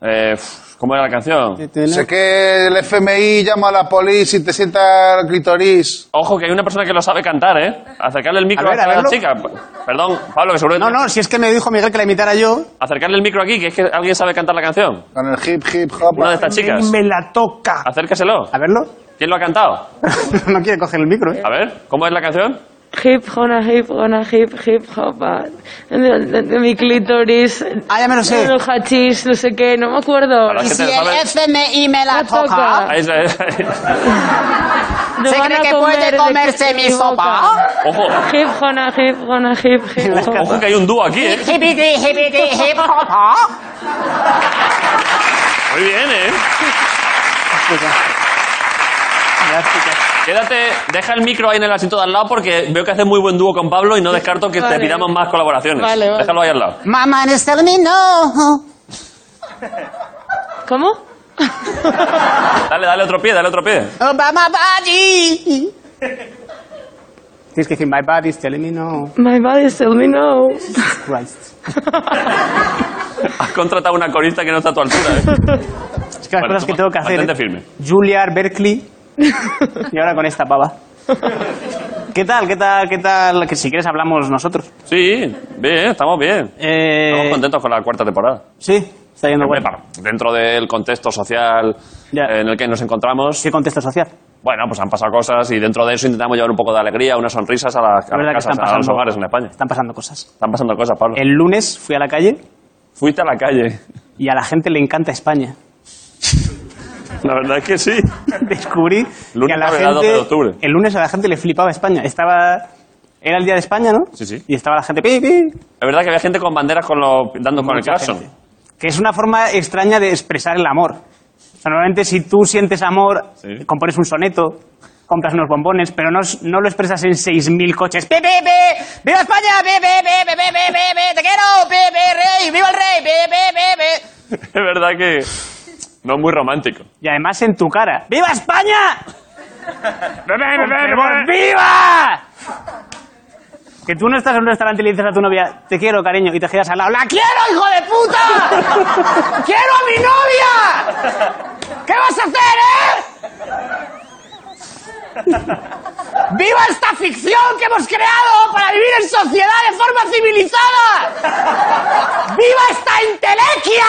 [SPEAKER 1] Eh, uf, ¿Cómo era la canción?
[SPEAKER 3] Sé que el FMI llama a la policía y te sienta el clitoris.
[SPEAKER 1] Ojo, que hay una persona que lo sabe cantar, ¿eh? Acercarle el micro
[SPEAKER 10] A ver,
[SPEAKER 1] a,
[SPEAKER 10] a
[SPEAKER 1] la
[SPEAKER 10] verlo.
[SPEAKER 1] chica. Perdón, Pablo, que seguro que...
[SPEAKER 10] no, no si es que me dijo Miguel que la imitara yo
[SPEAKER 1] Acercarle el micro aquí, que es que alguien sabe cantar la canción.
[SPEAKER 3] Con el hip, hip, hop.
[SPEAKER 1] Una de estas chicas.
[SPEAKER 4] Me la toca.
[SPEAKER 1] Acércaselo.
[SPEAKER 10] a verlo
[SPEAKER 1] ¿Quién lo ha cantado?
[SPEAKER 10] no quiere coger el micro ¿eh?
[SPEAKER 1] A ver, ¿cómo es la canción?
[SPEAKER 6] Hip, hona, hip, hona, hip, hip, hopa. De, de- de mi clítoris.
[SPEAKER 10] Ah, ya me lo sé.
[SPEAKER 6] El hachís, no sé qué, no me acuerdo.
[SPEAKER 1] Ahora es que te lo sabes.
[SPEAKER 10] FMI me
[SPEAKER 6] la toca.
[SPEAKER 1] Ahí está, ahí está.
[SPEAKER 6] No
[SPEAKER 10] ¿Se
[SPEAKER 6] van
[SPEAKER 10] cree
[SPEAKER 6] a
[SPEAKER 10] que
[SPEAKER 6] comer
[SPEAKER 10] puede
[SPEAKER 6] de
[SPEAKER 10] comerse
[SPEAKER 6] que
[SPEAKER 10] mi
[SPEAKER 6] se
[SPEAKER 10] sopa?
[SPEAKER 1] Ojo,
[SPEAKER 6] equivoca. Hip, hona, hip, hona, hip, hip, hopa.
[SPEAKER 1] ojo que hay un dúo aquí, ¿eh? Muy bien, ¿eh? Quédate, deja el micro ahí en el asiento de al lado porque veo que haces muy buen dúo con Pablo y no descarto que te
[SPEAKER 6] Vale.
[SPEAKER 1] pidamos más colaboraciones.
[SPEAKER 6] Vale, vale.
[SPEAKER 1] Déjalo ahí al lado.
[SPEAKER 10] My man is telling me no.
[SPEAKER 6] ¿Cómo?
[SPEAKER 1] Dale, dale otro pie, dale otro pie.
[SPEAKER 10] About my body. Tienes que decir, my body is telling me no.
[SPEAKER 6] My body tells me no.
[SPEAKER 10] Christ.
[SPEAKER 1] Has contratado a una corista que no está a tu altura, ¿eh?
[SPEAKER 10] Es que las
[SPEAKER 1] Bueno,
[SPEAKER 10] cosas que
[SPEAKER 1] toma,
[SPEAKER 10] tengo que hacer.
[SPEAKER 1] mantente
[SPEAKER 10] ¿eh?
[SPEAKER 1] firme.
[SPEAKER 10] Juilliard, Berkeley. y ahora con esta pava. ¿Qué tal? ¿Qué tal? ¿Qué tal? Que si quieres hablamos nosotros.
[SPEAKER 1] Sí, bien, estamos bien. Estamos
[SPEAKER 10] Eh,
[SPEAKER 1] contentos con la cuarta temporada.
[SPEAKER 10] sí, está yendo
[SPEAKER 1] Hombre,
[SPEAKER 10] bueno.
[SPEAKER 1] pa- Dentro del contexto social
[SPEAKER 10] Ya.
[SPEAKER 1] eh, en el que nos encontramos,
[SPEAKER 10] ¿Qué contexto social?
[SPEAKER 1] bueno, pues han pasado cosas y dentro de eso intentamos llevar un poco de alegría, unas sonrisas a, la- a
[SPEAKER 10] La verdad
[SPEAKER 1] las
[SPEAKER 10] que
[SPEAKER 1] casas,
[SPEAKER 10] están
[SPEAKER 1] a los
[SPEAKER 10] pasando.
[SPEAKER 1] hogares en España.
[SPEAKER 10] Están pasando cosas.
[SPEAKER 1] Están pasando cosas, Pablo.
[SPEAKER 10] El lunes fui a la calle
[SPEAKER 1] Fuiste a la calle.
[SPEAKER 10] y a la gente le encanta España.
[SPEAKER 1] La verdad es que sí.
[SPEAKER 10] descubrí
[SPEAKER 1] Lunes
[SPEAKER 10] que a la
[SPEAKER 1] abre, el 12
[SPEAKER 10] gente,
[SPEAKER 1] de octubre.
[SPEAKER 10] el lunes a la gente le flipaba España. Estaba, era el día de España, ¿no?
[SPEAKER 1] Sí, sí.
[SPEAKER 10] Y estaba la gente, pi, pi,
[SPEAKER 1] Es verdad que había gente con banderas con los- dando con el
[SPEAKER 10] Mucha
[SPEAKER 1] claxon.
[SPEAKER 10] gente. que es una forma extraña de expresar el amor. O sea, normalmente si tú sientes amor,
[SPEAKER 1] Sí.
[SPEAKER 10] compones un soneto, compras unos bombones, pero no, es- no lo expresas en 6.000 coches. ¡Pi, pi, pi! ¡Viva España! ¡Pi, pi, pi, pi, pi, pi, pi, pi! ¡Te quiero! ¡Pi, pi, rey! ¡Viva el rey! ¡Pi, pi, pi, pi!
[SPEAKER 1] Es verdad que no es muy romántico.
[SPEAKER 10] Y además en tu cara. ¡Viva España!
[SPEAKER 4] Pero-
[SPEAKER 10] ¡Viva! Que tú no estás en un restaurante y le dices a tu novia, te quiero, cariño, y te giras al lado, ¡la quiero, hijo de puta! ¡Quiero a mi novia! ¿Qué vas a hacer, eh? ¡Viva esta ficción que hemos creado para vivir en sociedad de forma civilizada! ¡Viva esta intelequia!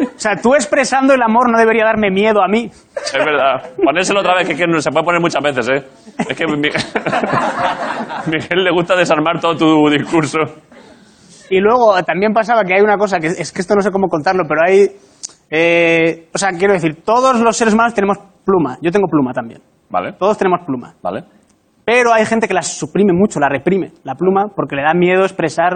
[SPEAKER 10] O sea, tú expresando el amor no debería darme miedo a mí.
[SPEAKER 1] Es verdad. Ponérselo otra vez, que, es que no se puede poner muchas veces, ¿eh? Es que Mi- Miguel le gusta desarmar todo tu discurso.
[SPEAKER 10] Y luego también pasaba que hay una cosa, que es que esto no sé cómo contarlo, pero hay... eh, o sea, quiero decir, todos los seres humanos tenemos pluma. Yo tengo pluma también.
[SPEAKER 1] Vale,
[SPEAKER 10] Todos tenemos pluma.
[SPEAKER 1] vale.
[SPEAKER 10] Pero hay gente que la suprime mucho, la reprime, la pluma, porque le da miedo expresar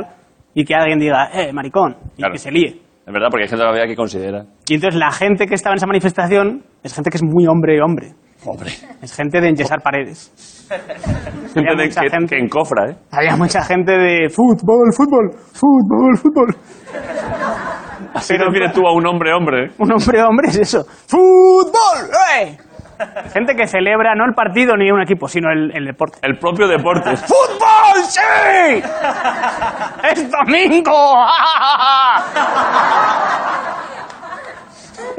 [SPEAKER 10] y que alguien diga, eh, maricón, y
[SPEAKER 1] Claro.
[SPEAKER 10] que se líe.
[SPEAKER 1] Es verdad, porque hay gente todavía que considera.
[SPEAKER 10] Y entonces la gente que estaba en esa manifestación es gente que es muy hombre hombre.
[SPEAKER 1] Hombre.
[SPEAKER 10] Es gente de enyesar paredes. Había
[SPEAKER 1] Gente de-
[SPEAKER 10] mucha
[SPEAKER 1] que,
[SPEAKER 10] gente-
[SPEAKER 1] que encofra, ¿eh?
[SPEAKER 10] Había mucha gente de fútbol, fútbol, fútbol, fútbol.
[SPEAKER 1] Así
[SPEAKER 10] Pero-
[SPEAKER 1] refieres tú a un hombre, hombre. ¿eh?
[SPEAKER 10] Un hombre hombre es eso. ¡Fútbol! ¡Eh! Gente que celebra no el partido ni un equipo, sino el, el deporte.
[SPEAKER 1] El propio deporte.
[SPEAKER 10] ¡Fútbol! ¡Sí! ¡Es domingo! ¡Ah!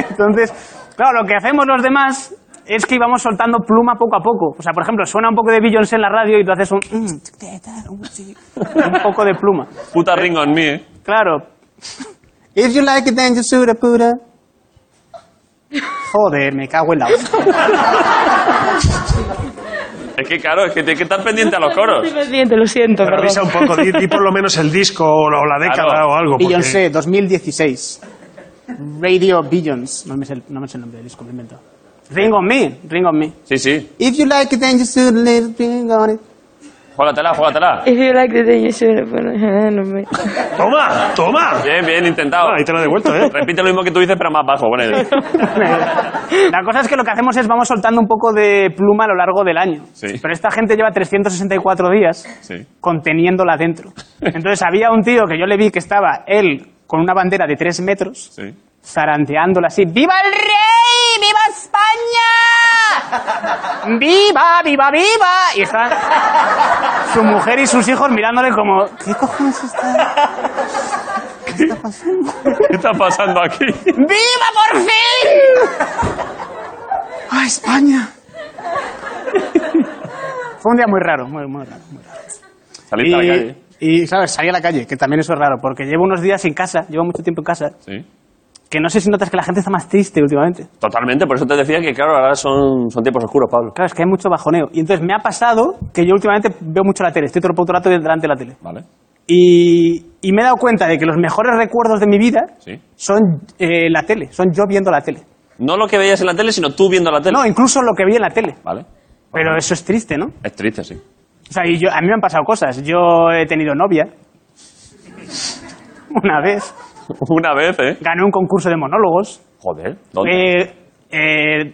[SPEAKER 10] Entonces, claro, lo que hacemos los demás es que íbamos soltando pluma poco a poco. O sea, por ejemplo, suena un poco de Beyoncé en la radio y tú haces un... mm, un poco de pluma.
[SPEAKER 1] Puta ringo en mí, ¿eh?
[SPEAKER 10] Claro. If you like it, then you should have put a- Joder, me cago en la hostia.
[SPEAKER 1] Es que claro, es que tienes que estar pendiente a los coros.
[SPEAKER 6] Estoy pendiente, lo siento,
[SPEAKER 4] Pero avisa
[SPEAKER 6] perdón.
[SPEAKER 4] un poco, di, di por lo menos el disco o la, o la década
[SPEAKER 1] Claro.
[SPEAKER 4] o algo. porque-
[SPEAKER 10] Beyoncé, 2016. Radio Billions. No me sé, el- no me sé el nombre del disco, me lo invento. Ring on me, ring on me.
[SPEAKER 1] Sí, sí.
[SPEAKER 10] If you like it, then you should let it ring on it.
[SPEAKER 1] Juégatela, juégatela.
[SPEAKER 6] If you like the day you should- bueno, no me-
[SPEAKER 4] ¡Toma! ¡Toma!
[SPEAKER 1] Bien, bien, intentado.
[SPEAKER 4] Ah, ahí te lo he devuelto, ¿eh?
[SPEAKER 1] Repite lo mismo que tú dices, pero más bajo. Buena idea.
[SPEAKER 10] La cosa es que lo que hacemos es vamos soltando un poco de pluma a lo largo del año.
[SPEAKER 1] Sí.
[SPEAKER 10] Pero esta gente lleva 364 días
[SPEAKER 1] Sí.
[SPEAKER 10] conteniéndola dentro. Entonces había un tío que yo le vi que estaba él con una bandera de 3 metros,
[SPEAKER 1] Sí.
[SPEAKER 10] zaranteándola así. ¡Viva el rey! ¡Viva España! ¡Viva, viva, viva! Y están su mujer y sus hijos mirándole como... ¿Qué cojones está?
[SPEAKER 1] ¿Qué está pasando aquí?
[SPEAKER 10] ¡Viva por fin! ¡Ah,
[SPEAKER 9] ¡A España!
[SPEAKER 10] Fue un día muy raro, muy, muy raro. muy raro.
[SPEAKER 1] Saliste a la
[SPEAKER 10] Y,
[SPEAKER 1] calle.
[SPEAKER 10] y, ¿sabes? Salí a la calle, que también eso es raro, porque llevo unos días en casa, llevo mucho tiempo en casa,
[SPEAKER 1] Sí.
[SPEAKER 10] que no sé si notas que la gente está más triste últimamente.
[SPEAKER 1] Totalmente, por eso te decía que, claro, ahora son, son tiempos oscuros, Pablo.
[SPEAKER 10] Claro, es que hay mucho bajoneo. Y entonces me ha pasado que yo últimamente veo mucho la tele, estoy todo el puto rato delante de la tele.
[SPEAKER 1] Vale,
[SPEAKER 10] Y, y me he dado cuenta de que los mejores recuerdos de mi vida
[SPEAKER 1] sí.
[SPEAKER 10] son eh, la tele, son yo viendo la tele.
[SPEAKER 1] No lo que veías en la tele, sino tú viendo la tele.
[SPEAKER 10] No, incluso lo que vi en la tele.
[SPEAKER 1] Vale.
[SPEAKER 10] Pero eso es triste, ¿no?
[SPEAKER 1] Es triste, sí.
[SPEAKER 10] O sea, y yo, a mí me han pasado cosas. Yo he tenido novia. Una vez.
[SPEAKER 1] Una vez, ¿eh?
[SPEAKER 10] Gané un concurso de monólogos.
[SPEAKER 1] Joder. ¿Dónde?
[SPEAKER 10] Eh, eh,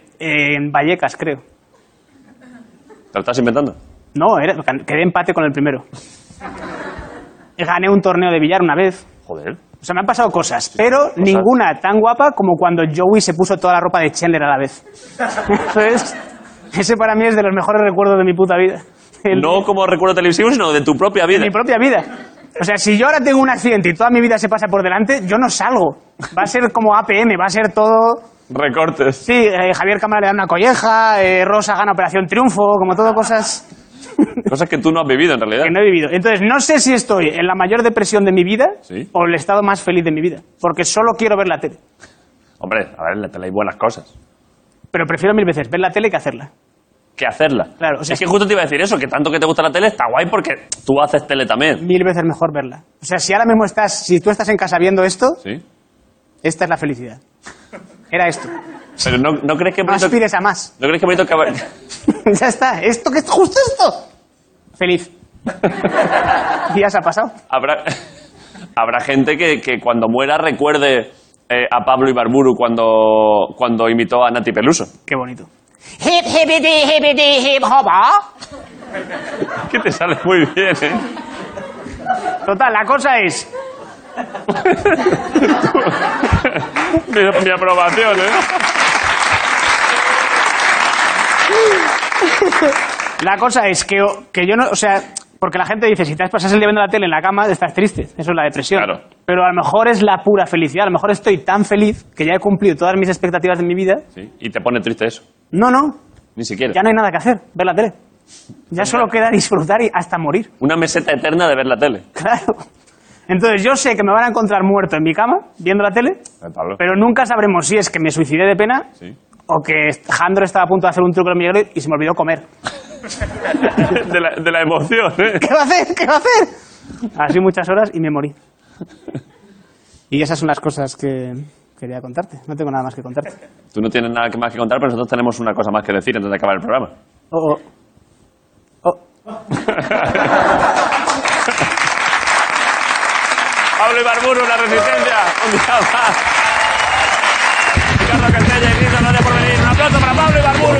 [SPEAKER 10] en Vallecas, creo.
[SPEAKER 1] ¿Te lo estás inventando?
[SPEAKER 10] No, era- quedé empate con el primero. Gané un torneo de billar una vez.
[SPEAKER 1] Joder.
[SPEAKER 10] O sea, me han pasado cosas, pero ninguna tan guapa como cuando Joey se puso toda la ropa de Chandler a la vez. Entonces, ese para mí es de los mejores recuerdos de mi puta vida. El-
[SPEAKER 1] No como recuerdo televisivo, sino de tu propia vida.
[SPEAKER 10] mi propia vida. O sea, si yo ahora tengo un accidente y toda mi vida se pasa por delante, yo no salgo. Va a ser como APM, va a ser todo...
[SPEAKER 1] Recortes.
[SPEAKER 10] Sí, eh, Javier Cámara le da una colleja, eh, Rosa gana Operación Triunfo, como todo cosas
[SPEAKER 1] Cosas que tú no has vivido, en realidad.
[SPEAKER 10] que no he vivido. Entonces, no sé si estoy en la mayor depresión de mi vida
[SPEAKER 1] Sí.
[SPEAKER 10] o el estado más feliz de mi vida, porque solo quiero ver la tele.
[SPEAKER 1] Hombre, a ver, en la tele hay buenas cosas.
[SPEAKER 10] Pero prefiero mil veces ver la tele que hacerla.
[SPEAKER 1] que hacerla.
[SPEAKER 10] Claro, o sea,
[SPEAKER 1] es que justo te iba a decir eso, que tanto que te gusta la tele está guay porque tú haces tele también.
[SPEAKER 10] mil veces mejor verla. O sea, si ahora mismo estás, si tú estás en casa viendo esto,
[SPEAKER 1] ¿Sí?
[SPEAKER 10] esta es la felicidad. Era esto.
[SPEAKER 1] Pero no, no crees que...
[SPEAKER 10] No
[SPEAKER 1] bonito-
[SPEAKER 10] aspires a más.
[SPEAKER 1] ¿No crees que bonito que... haber-
[SPEAKER 10] ya está. Esto que es justo esto. Feliz. Días ha pasado.
[SPEAKER 1] Habrá, habrá gente que, que cuando muera recuerde eh, a Pablo Ibarburu cuando, cuando imitó a Nati Peluso.
[SPEAKER 10] Qué bonito. Hip, hippity, hippity, hip, hopa.
[SPEAKER 1] Que te sale muy bien, ¿eh?
[SPEAKER 10] Total, la cosa es.
[SPEAKER 1] Mi, mi aprobación, ¿eh?
[SPEAKER 10] La cosa es que, que yo no. O sea, porque la gente dice: si te has pasado el día viendo la tele en la cama, estás triste. Eso es la depresión.
[SPEAKER 1] Claro.
[SPEAKER 10] Pero a lo mejor es la pura felicidad. A lo mejor estoy tan feliz que ya he cumplido todas mis expectativas de mi vida.
[SPEAKER 1] Sí, y te pone triste eso.
[SPEAKER 10] No, no.
[SPEAKER 1] Ni siquiera.
[SPEAKER 10] Ya no hay nada que hacer. Ver la tele. Ya solo queda disfrutar y hasta morir.
[SPEAKER 1] Una meseta eterna de ver la tele.
[SPEAKER 10] Claro. Entonces yo sé que me van a encontrar muerto en mi cama viendo la tele,
[SPEAKER 1] Pablo.
[SPEAKER 10] pero nunca sabremos si es que me suicidé de pena
[SPEAKER 1] Sí.
[SPEAKER 10] o que Jandro estaba a punto de hacer un truco al milagro y se me olvidó comer.
[SPEAKER 1] De la, de la emoción, ¿eh?
[SPEAKER 10] ¿Qué va a hacer? ¿Qué va a hacer? Así muchas horas y me morí. Y esas son las cosas que quería contarte. No tengo nada más que contarte.
[SPEAKER 1] Tú no tienes nada que- más que contar, pero nosotros tenemos una cosa más que decir antes de acabar el programa.
[SPEAKER 10] Oh, oh. Oh.
[SPEAKER 1] Pablo Ibarburu, La Resistencia, un día más. Ricardo Castella y Luis Dolores por venir. Un aplauso para Pablo Ibarburu.